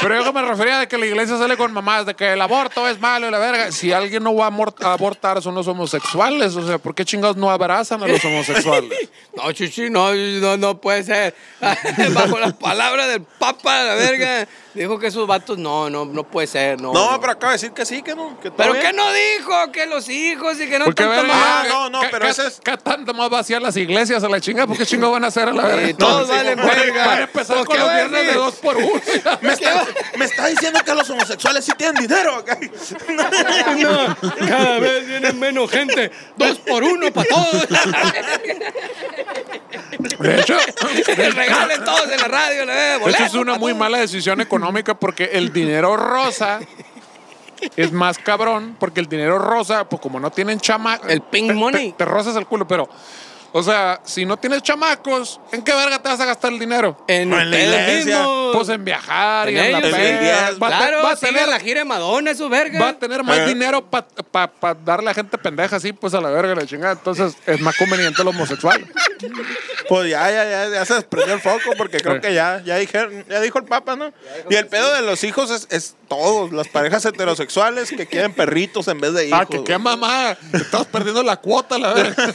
A: Pero yo que me refería de que la iglesia sale con mamás, de que el aborto es malo y la verga. Si alguien no va a amor- a abortar, son los homosexuales. O sea, ¿por qué chingados no abrazan a los homosexuales?
C: No, Chuchi, no, no, no puede ser. Bajo las palabras del Papa, la verga. Dijo que esos vatos, no, no, no puede ser, no.
B: no, pero acaba de decir que sí, que no. Que todo
C: ¿Pero
B: bien.
C: qué no dijo? Que los hijos y que no
A: Porque
C: tanta
A: verga,
C: mamá.
B: Ah, no, no,
A: ¿qué-
B: pero
A: qué-
B: ese es-
A: ¿Qué tanto más vaciar las iglesias a la chinga? ¿Por qué chingados van a hacer a la verga?
C: Eh, todos
B: sí,
C: valen
B: mamá.
C: verga.
A: Van a empezar
C: Pues,
A: con
C: ¿qué
A: los
C: va a
A: viernes de
C: decir?
A: dos por uno.
B: Me está, me está diciendo que los homosexuales sí tienen dinero. ok.
C: No, cada vez viene menos gente. Dos por uno para todos.
A: De hecho,
C: Regalen todos en la radio, la verga.
A: Eso
C: boletos
A: es una
C: pa'
A: muy
C: todos.
A: mala decisión económica porque el dinero rosa es más cabrón, porque el dinero rosa, pues como no tienen chamacos.
C: El pink money.
A: Te, rozas el culo, pero. O sea, si no tienes chamacos, ¿en qué verga te vas a gastar el dinero?
C: En
B: No, en la
C: ustedes
B: iglesia.
C: mismos.
A: Pues en viajar y
C: En
A: en la
C: ellos,
B: en
A: peda.
B: ideas,
A: Va a te-
C: claro,
A: va a
C: sigan
A: tener-
C: la gira de Madonna, eso verga.
A: va a tener más
B: Ajá.
A: dinero para darle a gente pendeja así, pues a la verga, la chingada. Entonces es más conveniente el homosexual.
B: Pues ya, ya, ya, ya se prendió el foco porque creo que ya, ya, dijeron, ya dijo el Papa, ¿no? Y el pedo de los hijos es, es todos, las parejas heterosexuales que quieren perritos en vez de hijos.
A: ah, que qué
B: güey.
A: mamá. Estamos perdiendo la cuota, la verga.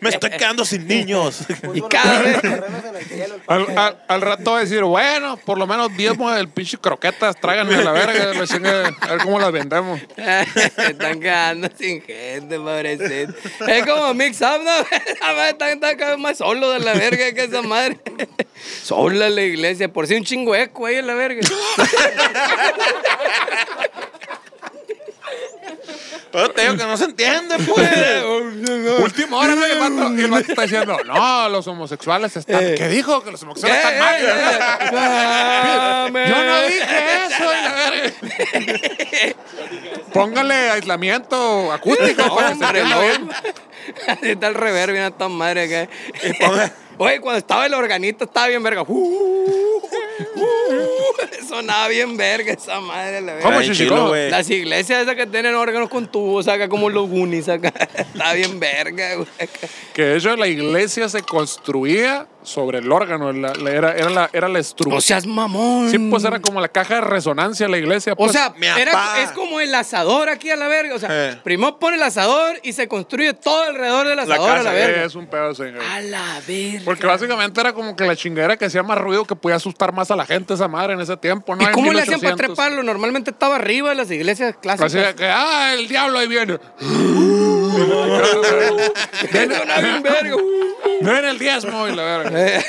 B: Me estoy quedando sin niños.
D: Fútbol,
C: cada
D: los
C: vez-
D: terrenos en el cielo, el
C: Eh.
A: Al, al- al rato va a decir, bueno, por lo menos diezmo del pinche croquetas, tráiganme a la verga, la chinga, a ver cómo las vendemos.
C: están quedando sin gente, pobrecito. Es como mix up, ¿no? Esa madre Están, están cada vez más solos de la verga que esa madre. Sola la iglesia, por si un chingo eco ahí en la verga.
B: Pero te digo que no se entiende, pues.
A: Última hora, ¿no? el vato, el vato está diciendo, no, los homosexuales están.
C: Eh.
A: ¿Qué dijo? Que los homosexuales están mal.
C: mal.
A: Yo no dije eso, y la verga. Póngale aislamiento acústico para que se
C: Hombre,
A: entienda
C: no.
A: bien.
C: Así está el reverb, bien esta madre acá.
B: Y ponga-
C: Oye, cuando estaba el organista estaba bien verga. Uh, uh, uh. sonaba bien verga esa madre, la verga.
A: ¿Cómo,
B: Tranquilo,
A: Chichico?
B: güey.
C: Las iglesias esas que tienen órganos con tubos acá, como los Goonies acá. Está bien verga, güey.
A: Que de hecho la iglesia se construía sobre el órgano, la- la- era, era la, era la estructura.
C: No seas mamón.
A: Sí, pues era como la caja de resonancia de la iglesia.
C: O
A: pues.
C: sea,
B: mi
C: era-
B: apá.
C: es como el asador aquí a la verga. O sea,
B: Eh.
C: primero pone el asador y se construye todo alrededor del asador a la
B: casa, eh.
C: verga.
A: Es un pedo, señor.
C: A la verga.
A: Porque básicamente era como que la chingadera que hacía más ruido que podía asustar más a la gente esa madre en ese tiempo, ¿no?
C: ¿Y
A: En
C: cómo le hacían para
A: 1800.
C: treparlo? Normalmente estaba arriba de las iglesias clásicas.
A: Así de que, ah, el diablo ahí viene.
C: Sonaba bien verga.
A: No en el diezmo y la verga.
C: Eh,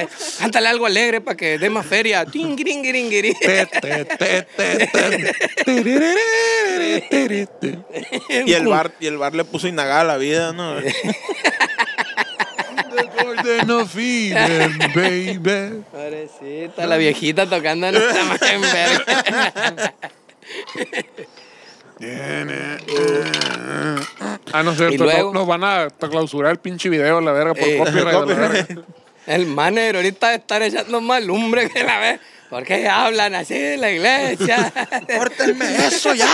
C: Cántale algo alegre para que dé más feria. Tin, girin, girin, girin.
A: Te, te, te, te, te. Tiriririririri, tiri, ti.
B: Y el bar, y el bar le puso inagada la vida, ¿no?
A: The Garden of Eden, baby.
C: Pobrecita, la viejita tocando en esta madre, en verga.
A: Ah, no es cierto.
C: Y luego-
A: no- Nos van a clausurar el pinche video, la verga, por
C: Eh,
A: copyright. la verga.
C: El manager ahorita debe estar echando más lumbre que la vez. ¿Por qué hablan así de la iglesia?
B: ¡Córtenme eso ya!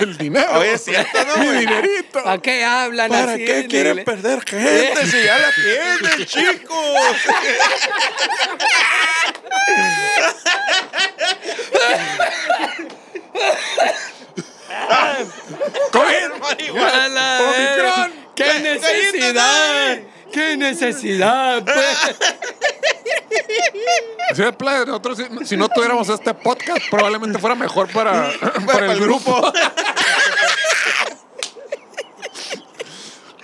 A: El dinero.
B: Oye, es cierto, ¿no,
A: Mi
B: güey?
A: dinerito.
C: ¿Para qué hablan
B: ¿Para
C: así? de
B: qué
C: la
B: quieren
C: igle-
B: perder gente si Este ya la tienen, chicos?
C: A la verga. ¡Qué necesidad! ¡Qué necesidad! Pues.
A: Si, de plano, nosotros, si- si no tuviéramos este podcast, probablemente fuera mejor para, para, el grupo.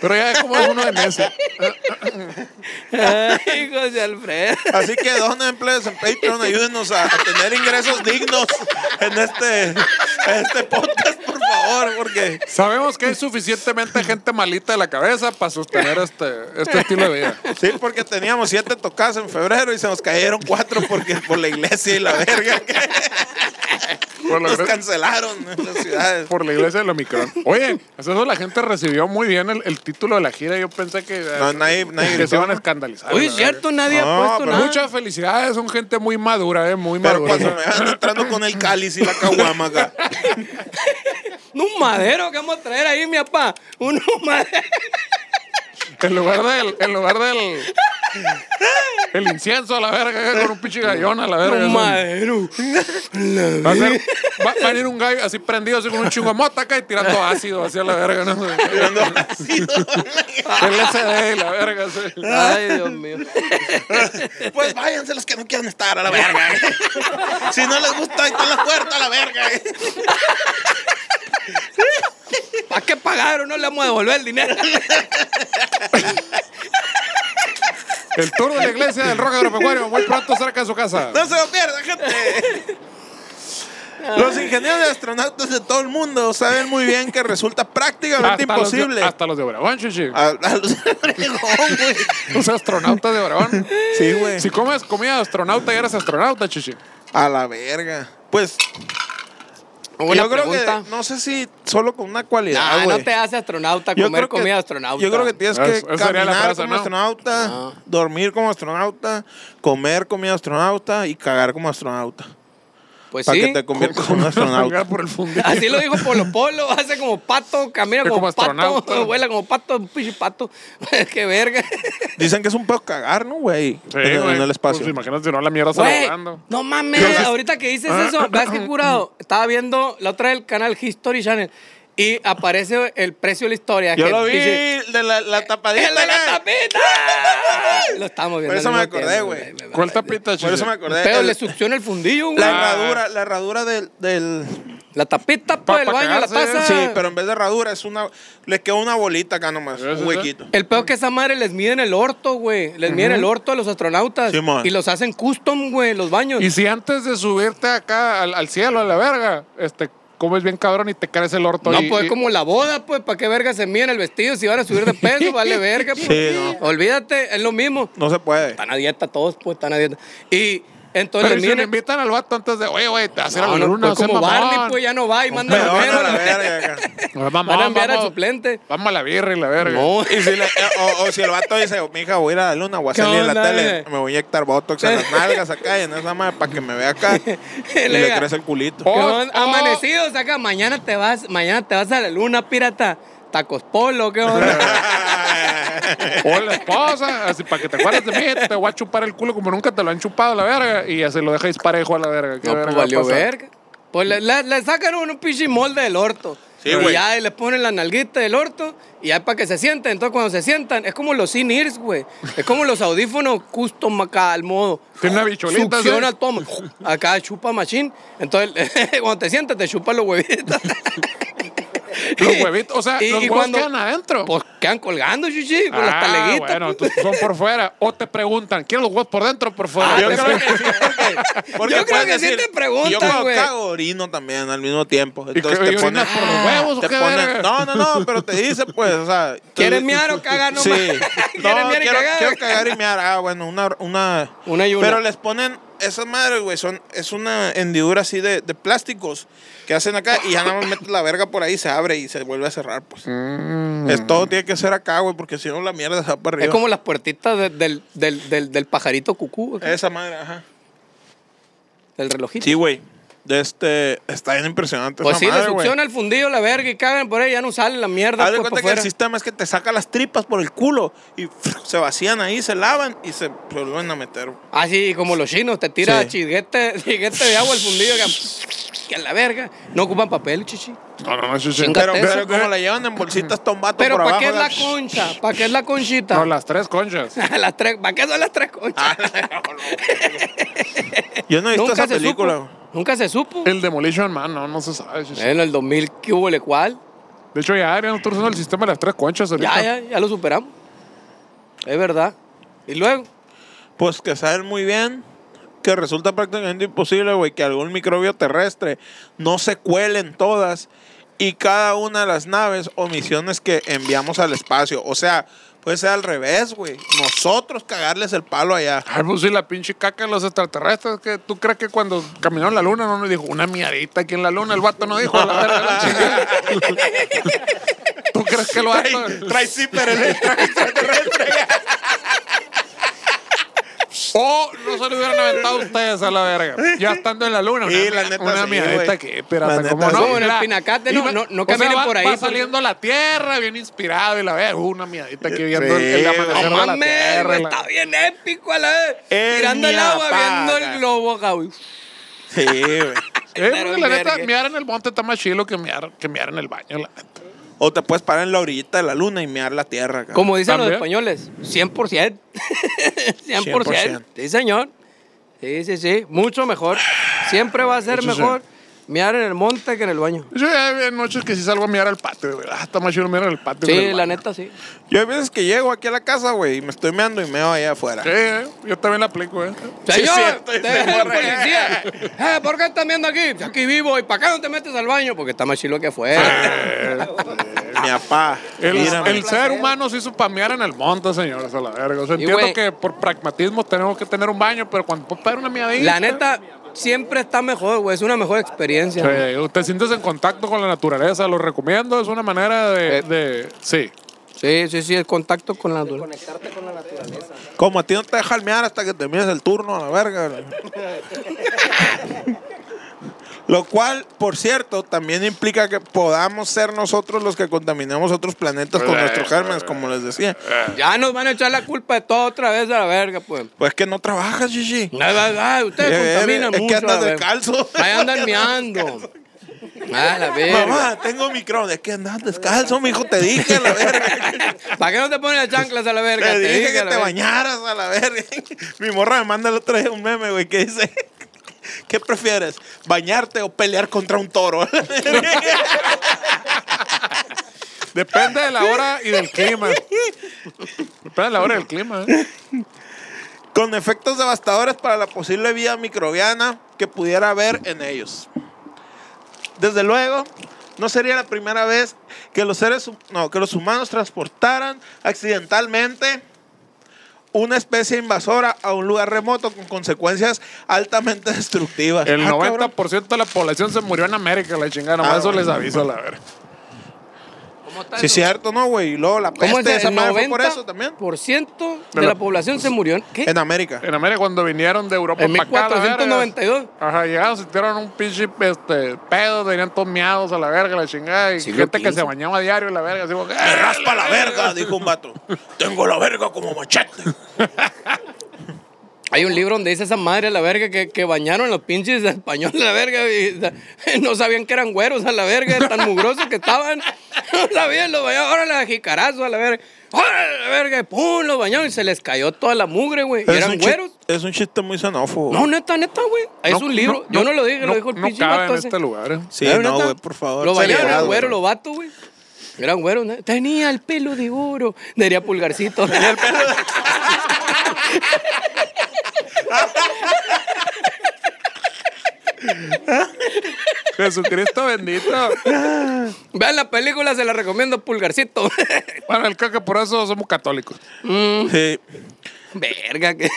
A: Pero ya es como uno en ese.
C: Ay, José Alfredo.
B: Así que donen empleos en Patreon, ayúdenos a, a tener ingresos dignos en este, en este podcast, por favor, porque
A: Sabemos que hay suficientemente gente malita de la cabeza para sostener este, este estilo de vida.
B: sí, porque teníamos siete tocadas en febrero y se nos cayeron cuatro porque por la iglesia y la verga.
A: Por la
B: Los
A: iglesia-
B: cancelaron en las ciudades.
A: Por la iglesia del Omicron. Oye, eso la gente recibió muy bien el, el título de la gira. Yo pensé que,
B: No, nadie- nadie
A: que se
B: gritó,
A: iban a
B: ¿no?
A: escandalizar.
C: Oye,
A: la
C: es cierto, nadie
B: No,
C: ha puesto
B: pero
C: nada.
A: Muchas felicidades, son gente muy madura, eh, muy
B: Pero
A: madura.
B: cuando me van entrando con el cáliz y la caguama acá.
C: Un madero que vamos a traer ahí, mi papá. Un madero.
A: En lugar del, en lugar del el incienso a la verga, con un pinche gallón a la verga.
C: Un
A: eso.
C: madero.
A: Va a, ser, va a venir un gallo así prendido, así con un chingo de mota acá y tirando ácido hacia la verga, ¿no?
B: Tirando ácido.
A: LSD y la verga, así.
C: Ay, Dios mío.
B: Pues váyanse los que no quieran estar a la verga. eh. Si no les gusta, ahí están las puertas a la verga. eh.
C: ¿Para qué pagaron? No le vamos a devolver el dinero.
A: El tour de la iglesia del rock agropecuario, muy pronto cerca de su casa.
B: No se lo pierdan, gente. Los ingenieros de astronautas de todo el mundo saben muy bien que resulta prácticamente
A: los de-
B: imposible.
A: hasta los de Obregón, chichi.
B: A, a los Obregón, güey.
A: Los astronautas de Obregón.
B: Sí, güey.
A: Si comes comida de astronauta, ya eres astronauta, chichi.
B: A la verga. Pues.
C: Buena
B: yo creo
C: pregunta.
B: que. No sé si solo con una cualidad.
C: Ah,
B: güey.
C: no te hace astronauta
B: Yo
C: comer
B: creo que-
C: comida de astronauta.
B: Yo creo que tienes
A: Es-
B: que
A: esa sería la
B: caminar
A: frase,
B: como
A: ¿no?
B: astronauta,
C: Ah.
B: dormir como astronauta, comer comida astronauta y cagar como astronauta.
C: Pues
B: para
C: sí.
B: que te conviertas en un
A: Venga
B: astronauta.
A: por el fundillo.
C: Así lo dijo Polo Polo, hace como pato, camina
A: Es
C: como,
A: como astronauta.
C: pato, vuela como pato, un pinche pato. Qué verga.
B: Dicen que es un pedo cagar, ¿no, güey?
A: Sí,
B: en,
A: güey.
B: en el espacio.
A: Pues, imagínate si no la mierda sale
C: Güey,
A: volando.
C: no mames, ahorita que
B: Ah,
C: dices eso, veas qué curado. Estaba viendo la otra del canal History Channel y aparece el precio de la historia.
B: Yo
C: que
B: lo vi,
C: dice,
B: el de la, la tapadita.
C: ¡El de la
B: güey.
C: tapita! Lo estamos viendo.
B: Por eso
C: al
B: me
C: mismo
B: acordé,
C: tiempo,
B: güey.
A: ¿Cuál tapita, chichi?
B: Por eso me acordé.
C: Pero
B: el-
C: le succiona el fundillo, güey.
B: la
C: La,
B: herradura, la herradura del, del-
C: tapita,
A: Pa-
C: pues, el
A: pa'
C: baño, la
A: cagarse,
C: taza.
B: Sí, pero en vez de herradura es una... Le queda una bolita acá nomás,
A: Sí, sí,
B: un
A: sí.
B: huequito.
C: El peor que esa madre les miden el orto, güey. Les miden el orto a los astronautas.
B: Simón.
C: y los hacen custom, güey, los baños.
A: Y si antes de subirte acá al, al cielo, a la verga, este, comes bien cabrón y te caes el orto.
C: No,
A: y-
C: pues
A: y-
C: es como la boda, pues, ¿para qué verga se miden el vestido? Si van a subir de peso, vale verga, pues.
B: Sí, no.
C: Olvídate, es lo mismo.
B: No se puede.
C: Están a dieta todos, pues, están a dieta. Y entonces
A: Pero
C: les
A: si le
C: miden...
A: invitan al vato antes de, oye, güey, te vas a ir a
C: No,
A: la
C: no,
A: luna,
C: pues,
A: no seas
C: como
A: mamón.
C: Barney, pues, ya no va y manda a la
B: Pero
C: verga,
B: a la
C: la verga.
B: verga acá.
A: No seas mamón,
C: Van a enviar al
A: vamos-
C: suplente.
A: Vamos a la birra y la verga.
C: No,
B: Y si le- o, o si el vato dice, mija, voy a ir a la luna, voy a
C: ¿Qué
B: salir en la
C: onda,
B: tele,
C: eh?
B: me voy a inyectar botox en las nalgas acá y en esa madre para que me vea acá. y le
C: diga,
B: crece el culito.
A: Oh,
C: Que van
A: oh.
C: amanecidos acá, mañana te vas, mañana te vas a la luna, pirata. Tacos polo, ¿qué onda?
A: O la esposa, así para que te acuerdes de mí, te voy a chupar el culo como nunca te lo han chupado a la verga. Y así lo dejáis parejo a la verga. ¿Qué
C: no,
A: verga
C: pues
A: va a
C: valió
A: pasar?
C: verga. Pues le, le- le sacan un, un pinche molde del orto.
B: Sí,
C: y
B: güey.
C: ya y le ponen la nalguita del orto y ya para que se sienten. Entonces cuando se sientan, es como los in-ears, güey. Es como los audífonos custom acá al modo.
A: Tiene una bicholita,
C: Succiona,
A: ¿sí?
C: toma. Acá chupa machín. Entonces cuando te sientas te chupan los huevitos.
A: Los huevitos, o sea, los huevos quedan adentro.
C: Pues quedan colgando, chichi, con las
A: Ah,
C: taleguitas.
A: Bueno,
C: pues.
A: entonces son por fuera. O te preguntan, ¿quieres los huevos por dentro o por fuera? Este,
C: Ah, te pre-
B: Yo creo que sí, porque- porque
C: Yo creo
B: puedes
C: que sí te preguntan,
B: Yo cuando
C: güey.
B: cago orino también al mismo tiempo.
A: ¿Y
B: Entonces
A: qué,
B: te
A: y
B: ponen
A: orinas por los huevos o
B: te
A: qué
B: ponen-
A: verga?
B: No, no, no, pero te dice, pues, o sea. tú-
C: ¿Quieres miar o cagar nomás?
B: Sí.
C: ¿Quieres
B: no,
C: miar y
B: quiero,
C: cagar?
B: quiero cagar y miar. Ah, bueno, una. Una,
C: Una y una.
B: Pero les ponen. Esas madres, güey, son, es una hendidura así de, de plásticos que hacen acá y ya nada más metes la verga por ahí, se abre y se vuelve a cerrar, pues. Es todo tiene que ser acá, güey, porque si no la mierda se va para arriba.
C: Mm. Es como las puertitas de- del, del, del, del pajarito cucú, acá,
B: Esa madre, ajá.
C: del relojito.
B: Sí, güey. De Este, está bien impresionante
C: pues
B: esa
C: sí, le
B: madre, güey.
C: succiona el fundillo la verga y cagan por ahí, ya no sale la mierda.
B: Haz de
C: pues,
B: cuenta
C: pa'
B: que el
C: fuera.
B: sistema es que te saca las tripas por el culo y se vacían ahí, se lavan y se vuelven a meter.
C: Así Ah, como los chinos, te tira
B: Sí.
C: chisguete, chisguete de agua al fundillo que, que a la verga. No ocupan papel, chichi.
A: No, no, no, sí, sí.
C: Chinga-
B: Pero,
C: Eso,
B: pero como
C: ¿qué?
B: la llevan en bolsitas tombato
C: Pero
B: por
C: ¿para
B: abajo.
C: qué es la
B: la-
C: concha? ¿Para qué es la conchita?
A: No, las tres conchas.
C: las tres, ¿Para qué son las tres conchas?
B: Yo no he visto Ah, esa película. güey.
C: supo. Nunca se supo.
A: El Demolition Man, no, no se sabe. sí, sí.
C: En el 2000, ¿qué hubo le cual?
A: De hecho, ya Adrián está usando el sistema de las tres conchas ahorita.
C: Ya, ya, ya lo superamos. Es verdad. Y luego,
B: Pues que saben muy bien que resulta prácticamente imposible, güey, que algún microbio terrestre no se cuelen todas y cada una de las naves o misiones que enviamos al espacio. O sea, Puede ser al revés, güey. Nosotros cagarles el palo allá.
A: Ay, pues sí, la pinche caca de los extraterrestres. Que ¿Tú crees que cuando caminaron la luna no nos dijo una miadita aquí en la luna? El vato no dijo. a la verga, la chingada. ¿Tú crees que lo
B: Trae,
A: vato?
B: trae zipper el extraterrestre.
A: O Oh, no se lo hubieran aventado ustedes a la verga. Ya estando en la luna. Una,
B: Sí, la
A: mia-
B: neta
A: una
B: sí,
A: miadita
B: güey.
A: que,
B: La
A: espérate,
B: neta
A: ¿cómo
B: sí.
A: no?
C: No, en el
A: Mira,
C: pinacate no-
A: iba-
C: no- no
A: o sea,
C: caminen
A: va-
C: por ahí, pues.
A: Va
C: porque-
A: saliendo a la tierra, bien inspirado y la verga. uh, Una miadita aquí viendo el, el
B: Sí,
A: amanecer
B: güey.
A: de
C: No
A: la
C: mames,
A: tierra.
C: güey,
A: la-
C: está bien épico a la vez.
B: El
C: Tirando el agua,
B: miapaga.
C: viendo el globo, cabrón.
B: Sí, güey.
A: Sí, porque
C: Pero
A: Eh, la neta,
C: verga.
A: miar en el monte está más chilo que miar, que miar en el baño. La neta.
B: O te puedes parar en la orillita de la luna y mear la tierra. cabrón.
C: Como dicen los
A: ¿También?
C: españoles, 100%. 100%. Sí, señor. Sí, sí, sí. Mucho mejor. Siempre va a ser
A: Eso sí.
C: mejor mirar en el monte que en el baño.
A: Yo ya hay noches que sí salgo a miar al patio, güey. Ah, está más chido miar en el patio. que en
C: Sí,
A: el
C: la
A: baño.
C: neta, sí.
B: Yo hay veces que llego aquí a la casa, güey, y me estoy meando y meo allá afuera.
A: Sí, eh, yo también la aplico, eh.
B: Sí,
C: Señor,
B: sí, estoy-
C: te
B: estoy
C: la
B: por ahí.
C: policía. Eh, ¿Por qué están viendo aquí? Aquí vivo. ¿Y para acá no te metes al baño? Porque está más chilo que afuera.
B: Mi papá.
A: El,
B: mírame.
A: el ser humano se hizo para miar en el monte, señores, a la verga. O sea,
C: Y,
A: entiendo
C: güey-
A: que por pragmatismo tenemos que tener un baño, pero cuando puedes pegar una miadita.
C: La neta, siempre está mejor, güey. Es una mejor experiencia. güey.
A: Sí, te sientes en contacto con la naturaleza, lo recomiendo, es una manera de.
C: Eh.
A: de- sí.
C: Sí, sí, sí. El contacto con la naturaleza.
D: Conectarte con la naturaleza.
B: Como a ti no te deja mear hasta que termines el turno, a la verga. güey. Lo cual, por cierto, también implica que podamos ser nosotros los que contaminemos otros planetas
A: Eh,
B: con nuestros gérmenes, como les decía.
C: Ya nos van a echar la culpa de todo otra vez a la verga, pues.
B: Pues que no trabajas, Gigi.
C: Ay, ay, ay, ustedes
B: Eh,
C: contaminan
B: eh, es que
C: mucho.
B: andas
C: la verga.
B: descalzo.
C: Ahí andan meando. A la
A: Eh.
C: verga.
B: Mamá, tengo micro. Es que andas descalzo, mijo, te dije a la verga.
C: ¿Para qué no te pones las chanclas a la verga?
B: Te Eh, dije que
C: a la
B: te
C: verga.
B: bañaras a la verga. Mi morra me manda el otro día un meme, güey, que dice: ¿Qué prefieres? ¿Bañarte o pelear contra un toro?
A: Depende de la hora y del clima. Depende de la hora y del clima, eh.
B: Con efectos devastadores para la posible vida microbiana que pudiera haber en ellos. Desde luego, no sería la primera vez que los seres hu- no, que los humanos transportaran accidentalmente una especie invasora a un lugar remoto con consecuencias altamente destructivas.
A: El
B: Ah, cabrón.
A: 90% de la población se murió en América, la chingada. Nomás
B: Ah,
A: eso
B: bueno.
A: les aviso, la verga.
C: ¿Cómo está
B: Sí,
C: eso?
B: cierto, ¿no, güey? Y luego la
C: ¿Cómo es
B: peste, esa
C: el
B: madre fue
C: 90%
B: por eso también.
C: de la población se murió en, ¿qué?
B: En América.
A: En América, cuando vinieron de Europa
C: En
A: para acá, la verga,
C: 1492.
A: Ajá, llegaron, se tiraron un pinche este, pedo, tenían todos miados a la verga, la chingada. Y
C: Siglo
A: gente que
C: XV.
A: se bañaba a diario, la verga. Así, como,
B: Me
A: "Eh".
B: raspa la verga, dijo un vato. Tengo la verga como machete.
C: Hay un libro donde dice esa madre a la verga que, que bañaron los pinches españoles a la verga. y da- no sabían que eran güeros a la verga, tan mugrosos que estaban. No sabían, los bañaron. Órale, a jicarazo a la verga. Órale, a la verga. y ¡Pum! Los bañaron y se les cayó toda la mugre, güey. Y eran
B: un
C: güeros.
B: chiste, es un chiste muy xenófobo.
C: No, neta, neta, güey. Es
A: No,
C: un libro. Yo no lo dije, lo dijo el
A: No
C: pinche
A: cabe en
C: vato ese.
A: este lugar. eh.
B: Sí,
C: Pero
B: no,
C: neta,
B: güey, por favor.
C: Lo bañaron,
B: seriedad,
C: eran
B: güey.
C: güeros los vatos, güey. Eran güeros, ¿no? Tenía el pelo de oro. Diría pulgarcito. Tenía el pelo
A: Jesucristo bendito.
C: Vean la película, se la recomiendo pulgarcito.
A: Bueno, el caca, por eso somos católicos.
B: Sí,
C: Verga, que.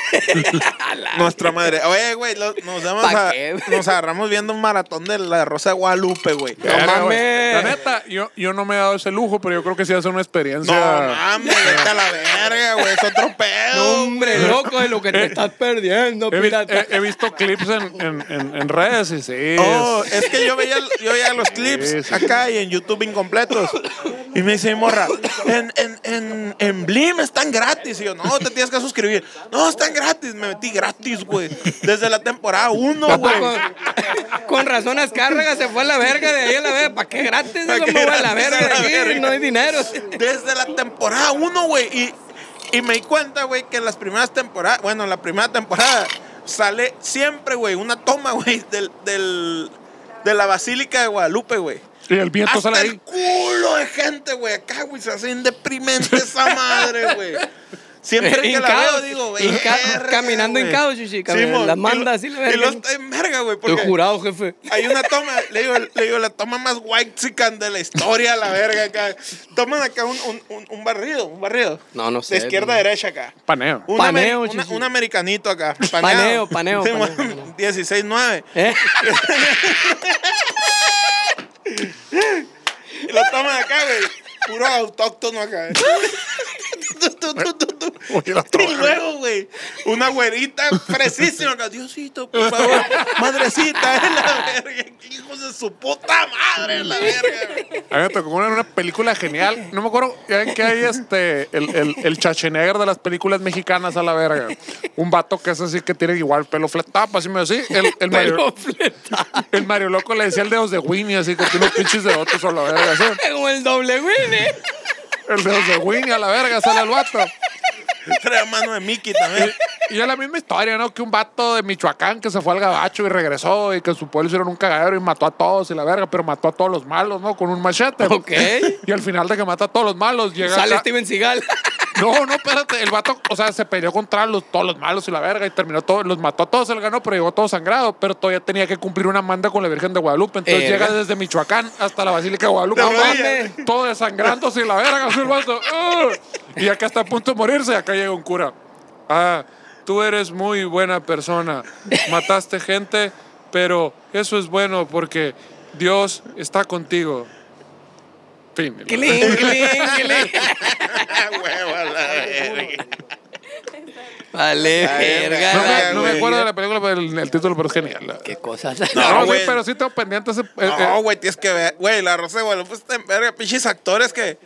C: A la-
B: nuestra madre. Oye, güey, lo- nos, damos
C: ¿Pa'
B: a-
C: qué?
B: nos agarramos viendo un maratón de la Rosa de Guadalupe, güey.
C: No
A: Verga, güey.
C: mames.
A: La neta, yo, yo no me he dado ese lujo, pero yo creo que sí hace una
B: No
A: experiencia.
B: mames, vete a la verga, güey. Es otro
C: No,
B: pedo.
C: hombre, loco de lo que te estás perdiendo,
A: He, vi-
C: pirata.
A: he- he visto clips en, en- en- en redes y sí.
B: Oh,
A: es-
B: es que yo veía, yo veía los
A: Sí,
B: clips
A: sí.
B: acá y en YouTube incompletos. Y me dice mi morra, en, en, en, en Blim están gratis. Y yo, no, te tienes que suscribir. No, están gratis. Me metí gratis, güey. Desde la temporada 1,
C: Papá,
B: güey.
C: con, con razón Azcárraga se fue a la verga de ahí a la verga. ¿Para qué gratis?
B: ¿Pa'
C: Eso
B: qué
C: me voy a la
B: gratis
C: verga
B: a la
C: de aquí,
B: verga?
C: no hay dinero.
B: Desde la temporada 1, güey. Y, y me di cuenta, güey, que en las primeras temporadas, bueno, en la primera temporada sale siempre, güey, una toma, güey, del, del, de la Basílica de Guadalupe, güey.
A: y el viento
B: Hasta
A: sale
B: el
A: ahí.
B: culo de gente, güey. Acá, güey, se hacen deprimente esa madre, güey. Siempre que la
C: Hincado,
B: veo, digo,
C: hinca-
B: "Verga,
C: caminando
B: güey".
C: hincado, chuchi, cabrón,
B: Simón,
C: la
B: y
C: manda
B: lo-
C: así, la
B: Y
C: verga.
B: lo está en verga, güey.
C: Estoy
B: porque
C: jurado, jefe.
B: Hay una toma, le digo, le digo, la toma más white chican de la historia, la verga, acá. Toman acá un, un, un, un barrido, un barrido.
C: No, no sé,
B: De izquierda a
C: güey.
B: derecha acá.
A: Paneo.
B: Un,
C: Paneo,
B: amer- una-
C: chichi.
B: un americanito acá.
C: Paneo,
B: Paneado.
C: paneo,
B: Sí,
C: paneo,
B: bueno,
C: paneo.
B: 16-9.
C: ¿Eh?
B: Y lo toman acá, güey. Puro autóctono acá. eh. Tu, tu, tu, tu, tu.
A: Oye, la
B: Y luego, güey, una güerita fresísima. acá, Diosito, por favor, madrecita, eh, la verga. Hijos de su puta madre, la verga. güey.
A: A mí me tocó una, una película genial. No me acuerdo, ya ven que hay este, el, el, el Schwarzenegger de las películas mexicanas a la verga. Un vato que es así, que tiene igual pelo flat tap, así me así. El, el, Mario,
C: Pero fleta.
A: el Mario Loco le decía el dedos de Winnie, así que tiene unos pinches dedotes a la verga. así.
C: Como el doble win, ¿eh?
A: El dedos de Winnie a la verga, sale el vato.
B: Trae mano de Mickey también.
A: Y es la misma historia, ¿no? Que un vato de Michoacán que se fue al gabacho y regresó y que en su pueblo hicieron un cagadero y mató a todos y la verga, pero mató a todos los malos, ¿no? Con un machete.
C: Ok.
A: Y al final de que mata a todos los malos, llega.
C: Sale este
A: acá-
C: Steven Seagal.
A: No, no, espérate. El vato, o sea, se peleó contra los, todos los malos y la verga y terminó todo, los mató a todos, él ganó, pero llegó todo sangrado. Pero todavía tenía que cumplir una manda con la Virgen de Guadalupe. Entonces
C: Verga.
A: llega desde Michoacán hasta la Basílica de Guadalupe.
B: De
A: No mames,
C: rodillas.
A: todo desangrándose y la verga, así el vato. ¡ah! Y acá está a punto de morirse y acá llega un cura. Ah, tú eres muy buena persona. Mataste gente, pero eso es bueno porque Dios está contigo. Fin.
C: Cling, cling, cling.
B: Hueva, Ah, la verga.
C: Vale,
B: Ay,
C: verga.
A: No
C: la-
A: me, no me
B: güey,
A: acuerdo
B: ya.
A: de la película, pero el, el título, pero es genial.
C: Qué cosas.
B: No,
A: No, güey,
B: güey.
A: pero sí tengo pendiente ese. eh, eh,
B: No, güey, tienes que ver. Güey, la Rosa de Guadalupe está en verga. Pinches actores que.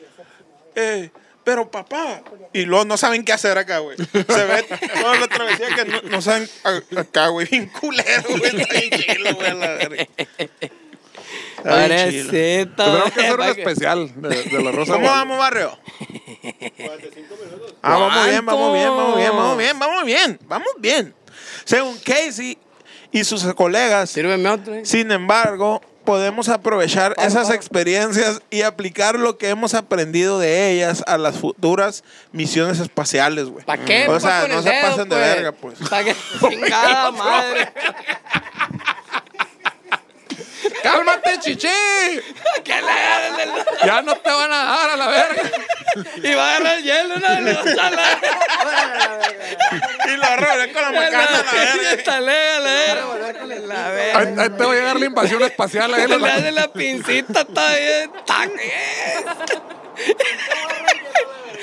B: eh, pero papá. Y luego no saben qué hacer acá, güey. Se ve toda la travesía que no, no saben a- acá, güey. Bien culero, güey. Está bien chilo, güey, a la verga. Está bien chilo.
C: Parece todo.
A: Tendremos que hacer un
C: Para que-
A: especial de, de la Rosa. de
B: ¿Cómo
A: Guadalupe.
B: vamos, barrio? Ah, vamos bien, vamos bien, vamos bien, vamos bien, vamos bien, vamos bien. Según Casey y sus colegas,
C: Sírveme otro. ¿eh?
B: Sin embargo, podemos aprovechar esas experiencias y aplicar lo que hemos aprendido de ellas a las futuras misiones espaciales, güey.
C: ¿Para qué?
B: O
C: Pues
B: sea,
C: con
B: no
C: el
B: se
C: dedo,
B: pasen de
C: pues.
B: verga, pues.
C: ¿Para qué? Chingada madre.
A: ¡Cálmate, chichi!
C: Que le agarren el dedo.
A: Ya no te van a dar a la verga.
C: Y va a agarrar el hielo, no, no, chala.
B: Y lo arrojan con la macana, la verga.
C: Está legal,
D: Dale,
C: eh. La
A: Ahí,
C: verga.
A: ahí te va a llegar la invasión espacial. ahí la-
C: Le hace la pincita todavía. ¡Tac! eh.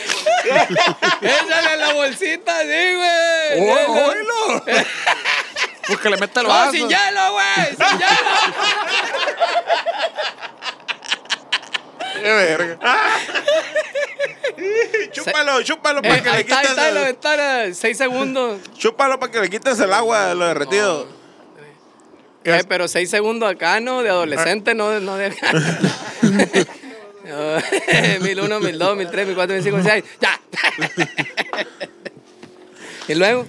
C: Échale la bolsita así,
A: ¡Oh,
C: güey. Hielo.
A: oílo! Pues que le meta el
C: No,
A: vaso.
C: sin hielo, güey. Sin hielo.
A: ¡Qué verga!
B: Chúpalo, chúpalo para
C: Eh,
B: que
C: ahí
B: le
C: está, ahí
B: quites
C: está en la
B: el,
C: ventana. Seis segundos.
B: chúpalo para que le quites el agua de lo derretido.
C: Eh, pero seis segundos acá, ¿no? De adolescente, no, de- no de acá. mil uno, mil dos, mil tres, mil cuatro, mil cinco, mil seis. ¡Ya! y luego,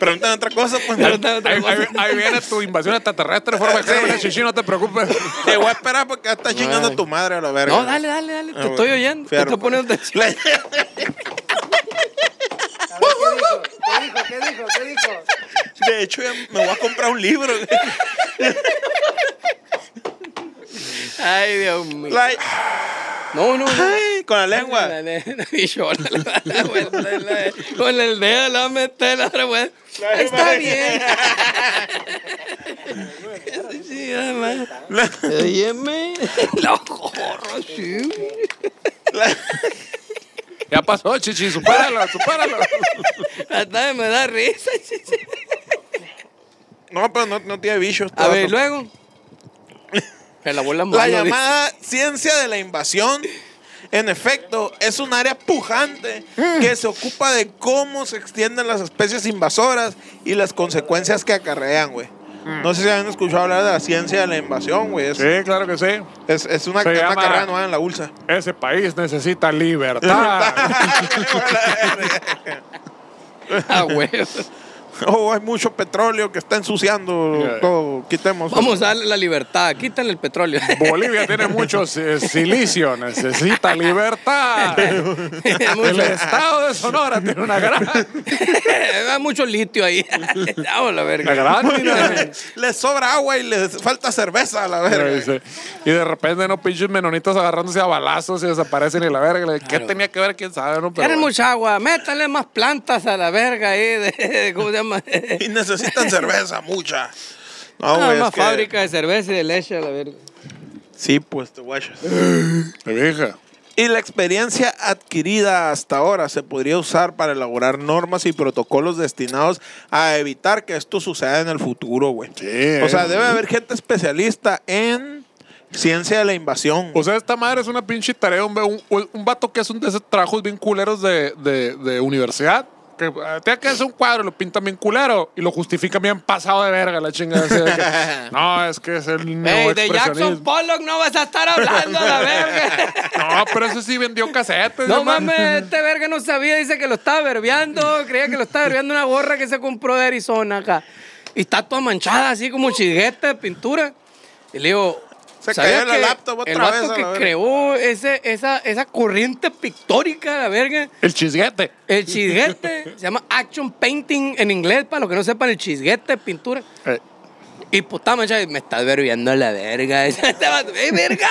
B: Preguntan otra cosa, pues.
C: pero está otra
A: Ahí,
C: cosa.
A: ahí- ahí viene tu invasión extraterrestre de forma extraña, chichi, no te preocupes.
B: Te voy a esperar porque está chingando tu madre a la verga.
C: No, dale, dale, dale.
B: Ah,
C: Te estoy
B: bueno.
C: oyendo. Te
B: Fierro,
C: estoy
B: pues.
C: poniendo atención.
B: Le-
D: ¿Qué dijo? ¿Qué dijo? ¿Qué dijo?
B: De hecho, ya me voy a comprar un libro. güey.
C: Ay, Dios mío.
B: Like,
C: No, no, no.
B: ay, con la lengua.
C: La nena, y yo le voy a dar vuelta, le voy a dar- Con el dedo la voy a meter la otra vuelta.
B: La
C: Está
B: madre.
C: bien. Sí, además. Óyeme. La gorra, sí.
A: Ya pasó, chichi, supéralo, supéralo.
C: Hasta me da risa. sí, sí.
B: No, pero no, no tiene bicho. este
C: A ver,
B: vato.
C: luego. Se la bola
B: La llamada ciencia de la invasión, en efecto, es un área pujante que se ocupa de cómo se extienden las especies invasoras y las consecuencias que acarrean, güey. No sé si han escuchado hablar de la ciencia de la invasión, güey. Es,
A: Sí, claro que sí.
B: es, es una,
A: Se
B: una
A: llama-
B: carrera nueva en la bolsa.
A: Ese país necesita libertad.
C: A huevo.
B: Oh, hay mucho petróleo que está ensuciando
A: Yeah.
B: todo. Quitemos.
C: Vamos a darle la libertad, quítale el petróleo.
A: Bolivia tiene mucho si- silicio, necesita libertad. El
C: mucho,
A: estado de Sonora tiene una gran,
C: hay mucho litio ahí. Vamos a la
A: una
C: verga.
A: gran mina.
B: les sobra agua y les falta cerveza a la verga.
A: Dice, Y de repente, no pinches menonitas agarrándose a balazos y desaparecen y la verga. Le- ¿Qué tenía que ver? ¿Quién sabe? No,
C: Tienen
A: bueno.
C: mucha agua, métale más plantas a la verga ahí. de- ¿Cómo se llama?
B: Y necesitan cerveza, mucha. No,
C: Ah,
B: güey, es
C: más
B: que-
C: fábrica de cerveza y de leche a la verga.
B: Sí, pues te guachas.
A: Mi vieja.
B: Y la experiencia adquirida hasta ahora se podría usar para elaborar normas y protocolos destinados a evitar que esto suceda en el futuro, güey.
A: Sí,
B: o sea,
A: eh.
B: debe haber gente especialista en ciencia de la invasión.
A: O sea, esta madre es una pinche tarea, un, un, un vato que es un de esos trabajos bien culeros de, de, de universidad. Que eh, tiene que hacer un cuadro, lo pinta bien culero y lo justifica bien pasado de verga la chingada. así de que, no, es que es el
C: Ey, de Jackson
A: neoexpresionismo.
C: Pollock no vas a estar hablando a la verga.
A: No, pero ese sí vendió casetes.
C: No
A: yo, man.
C: mames, este verga no sabía, dice que lo estaba verbeando, creía que lo estaba verbeando una gorra que se compró de Arizona acá. Y está toda manchada, así como chiguete de pintura. Y le digo,
B: Se
C: ¿sabías
B: cayó la
C: que
B: laptop otra
C: El vato
B: vez a la
C: que
B: verga?
C: creó ese, esa, esa corriente pictórica, la verga,
A: El chisguete.
C: el chisguete, se llama action painting en inglés, para los que no sepan, el chisguete es pintura.
A: Eh,
C: Y pues está manchada, y me está verbeando a la verga. Este vato, ¡Ey, verga!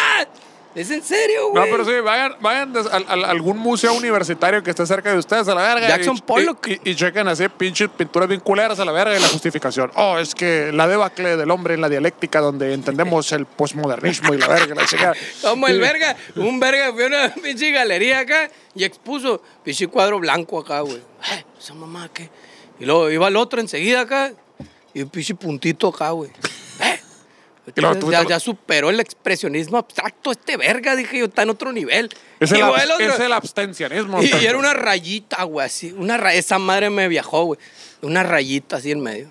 C: ¿Es en serio,
A: No,
C: güey?
A: pero sí, vayan, vayan des- al- al- algún museo universitario que esté cerca de ustedes a la verga.
C: Jackson
A: y,
C: Pollock.
A: Y, y- y chequen así pinches pinturas bien culeras a la verga y la justificación. Oh, es que la debacle del hombre en la dialéctica donde entendemos el posmodernismo y la verga. La chingada.
C: Como el verga, un verga fue a una pinche galería acá y expuso pinche cuadro blanco acá, güey. Ay, Esa mamá, ¿qué? Y luego iba el otro enseguida acá y un pinche puntito acá, güey. Eh,
A: Y luego tú-
C: Ya, ya superó el expresionismo abstracto este verga, dije yo, está en otro nivel.
A: Es
C: Y
A: el,
C: luego
A: abs-
C: el otro-
A: es el abstencionismo.
C: y, y era una rayita, güey, así. Una ra- esa madre me viajó, güey. Una rayita así en medio.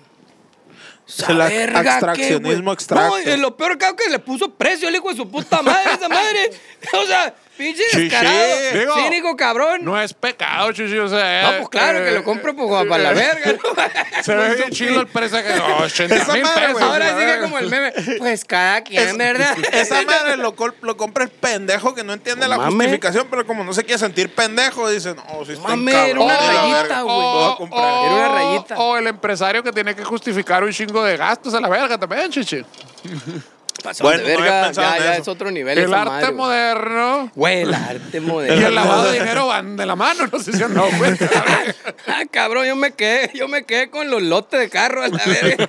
C: Esa
B: el a-
C: verga, ¿qué,
B: abstraccionismo
C: güey?
B: abstracto.
C: No, y lo peor cabrón, que le puso precio el hijo de su puta madre, esa madre. O sea, pinche descarado,
A: Digo,
C: cínico cabrón. No,
A: No es pecado, chichi. O sea, eh,
C: pues claro que lo compro pues, para la verga. ¿no? Pues,
A: Se ve bien chido el precio que. No, 80
B: Esa
A: mil
B: madre,
A: pesos.
B: güey.
A: la
C: Ahora sigue
A: verga.
C: como el meme. Pues cada quien, ¿verdad?
B: Esa madre lo, col- lo compra el pendejo que no entiende la
C: Mame.
B: justificación, pero como no se quiere sentir pendejo, dice, no, si está
C: Mame,
B: Mame,
C: era
A: Oh,
C: una rayita, güey.
B: voy a comprar.
C: Era una rayita.
A: O oh, el empresario que tiene que justificar un chingo de gastos a la verga también, chichi.
C: Pasó
B: Bueno,
C: de
B: no había
C: verga,
B: pensado
C: ya,
B: en
C: ya
B: eso.
C: es otro nivel
A: El
C: esa
A: arte
C: madre, güey.
A: moderno.
C: Güey, el arte moderno.
A: Y el lavado de dinero van de la mano, no sé si o no, güey.
C: Ah, cabrón, yo me quedé, yo me quedé con los lotes de carro a la verga.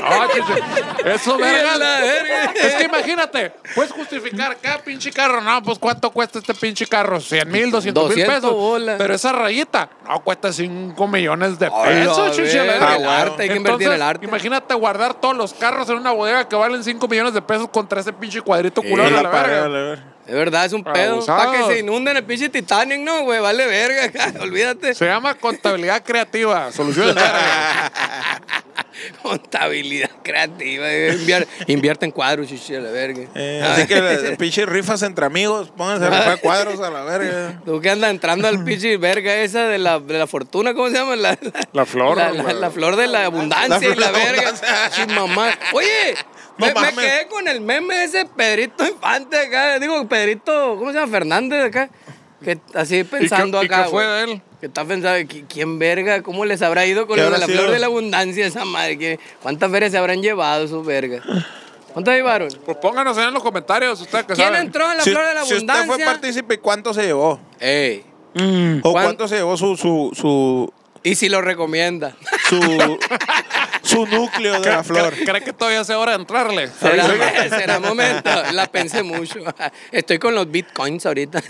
A: No, Ah, chichi. Eso,
C: Y
A: verga.
C: a la verga.
A: Es que imagínate, puedes justificar cada pinche carro. No, pues ¿cuánto cuesta este pinche carro? 100 mil, 200 mil
C: 200
A: pesos.
C: bolas.
A: Pero esa rayita, no, cuesta 5 millones de
C: A la
A: pesos, chichi. a la
C: verga,
A: verga.
C: el arte, hay que invertir en el arte.
A: Imagínate guardar todos los carros en una bodega que valen 5 millones de pesos contra ese pinche cuadrito culón a la verga.
C: Es verdad, es un pedo.
A: Abusado.
C: Para que se inunden el pinche Titanic, no, güey, vale verga, acá, olvídate.
A: Se llama contabilidad creativa, soluciones verga.
C: Contabilidad creativa, güey, invier- invierte en cuadros, chichi, a la verga.
B: Eh,
C: Ah,
B: así que eh, pinche rifas entre amigos, pónganse a rifar cuadros a la verga.
C: Tú que andas entrando al pinche verga esa de la, de la fortuna, ¿cómo se llama? La, la-
A: La flor,
C: La, la-
A: güey.
C: la flor de la
B: La
C: abundancia
B: flor
C: y la
B: de la
C: verga.
B: abundancia.
C: Sí, mamá. Oye,
B: No
C: me, me
B: mames.
C: quedé con el meme de ese Pedrito Infante acá. Digo, Pedrito, ¿cómo se llama? Fernández acá. Que así pensando
A: y
C: acá.
A: qué fue
C: güey.
A: de él?
C: Que está pensando, ¿qui- ¿quién verga? ¿Cómo les habrá ido con
B: ¿Qué
C: lo de
B: habrá
C: la
B: sido?
C: flor de la abundancia esa madre? ¿Qué- ¿Cuántas ferias se habrán llevado esos vergas? ¿Cuántas llevaron?
A: Pues pónganos en los comentarios, ustedes que
C: ¿Quién
A: saben.
C: entró en la
B: Si,
C: flor de la
B: si usted
C: abundancia?
B: fue partícipe, ¿cuánto se llevó?
C: Ey,
B: ¿O
C: ¿Cuán-
B: cuánto se llevó su, su, su,
C: y si lo recomienda.
B: su, su núcleo de la flor?
A: ¿Cree, cree que todavía hace hora de entrarle?
C: Será, será momento. La pensé mucho. Estoy con los bitcoins ahorita.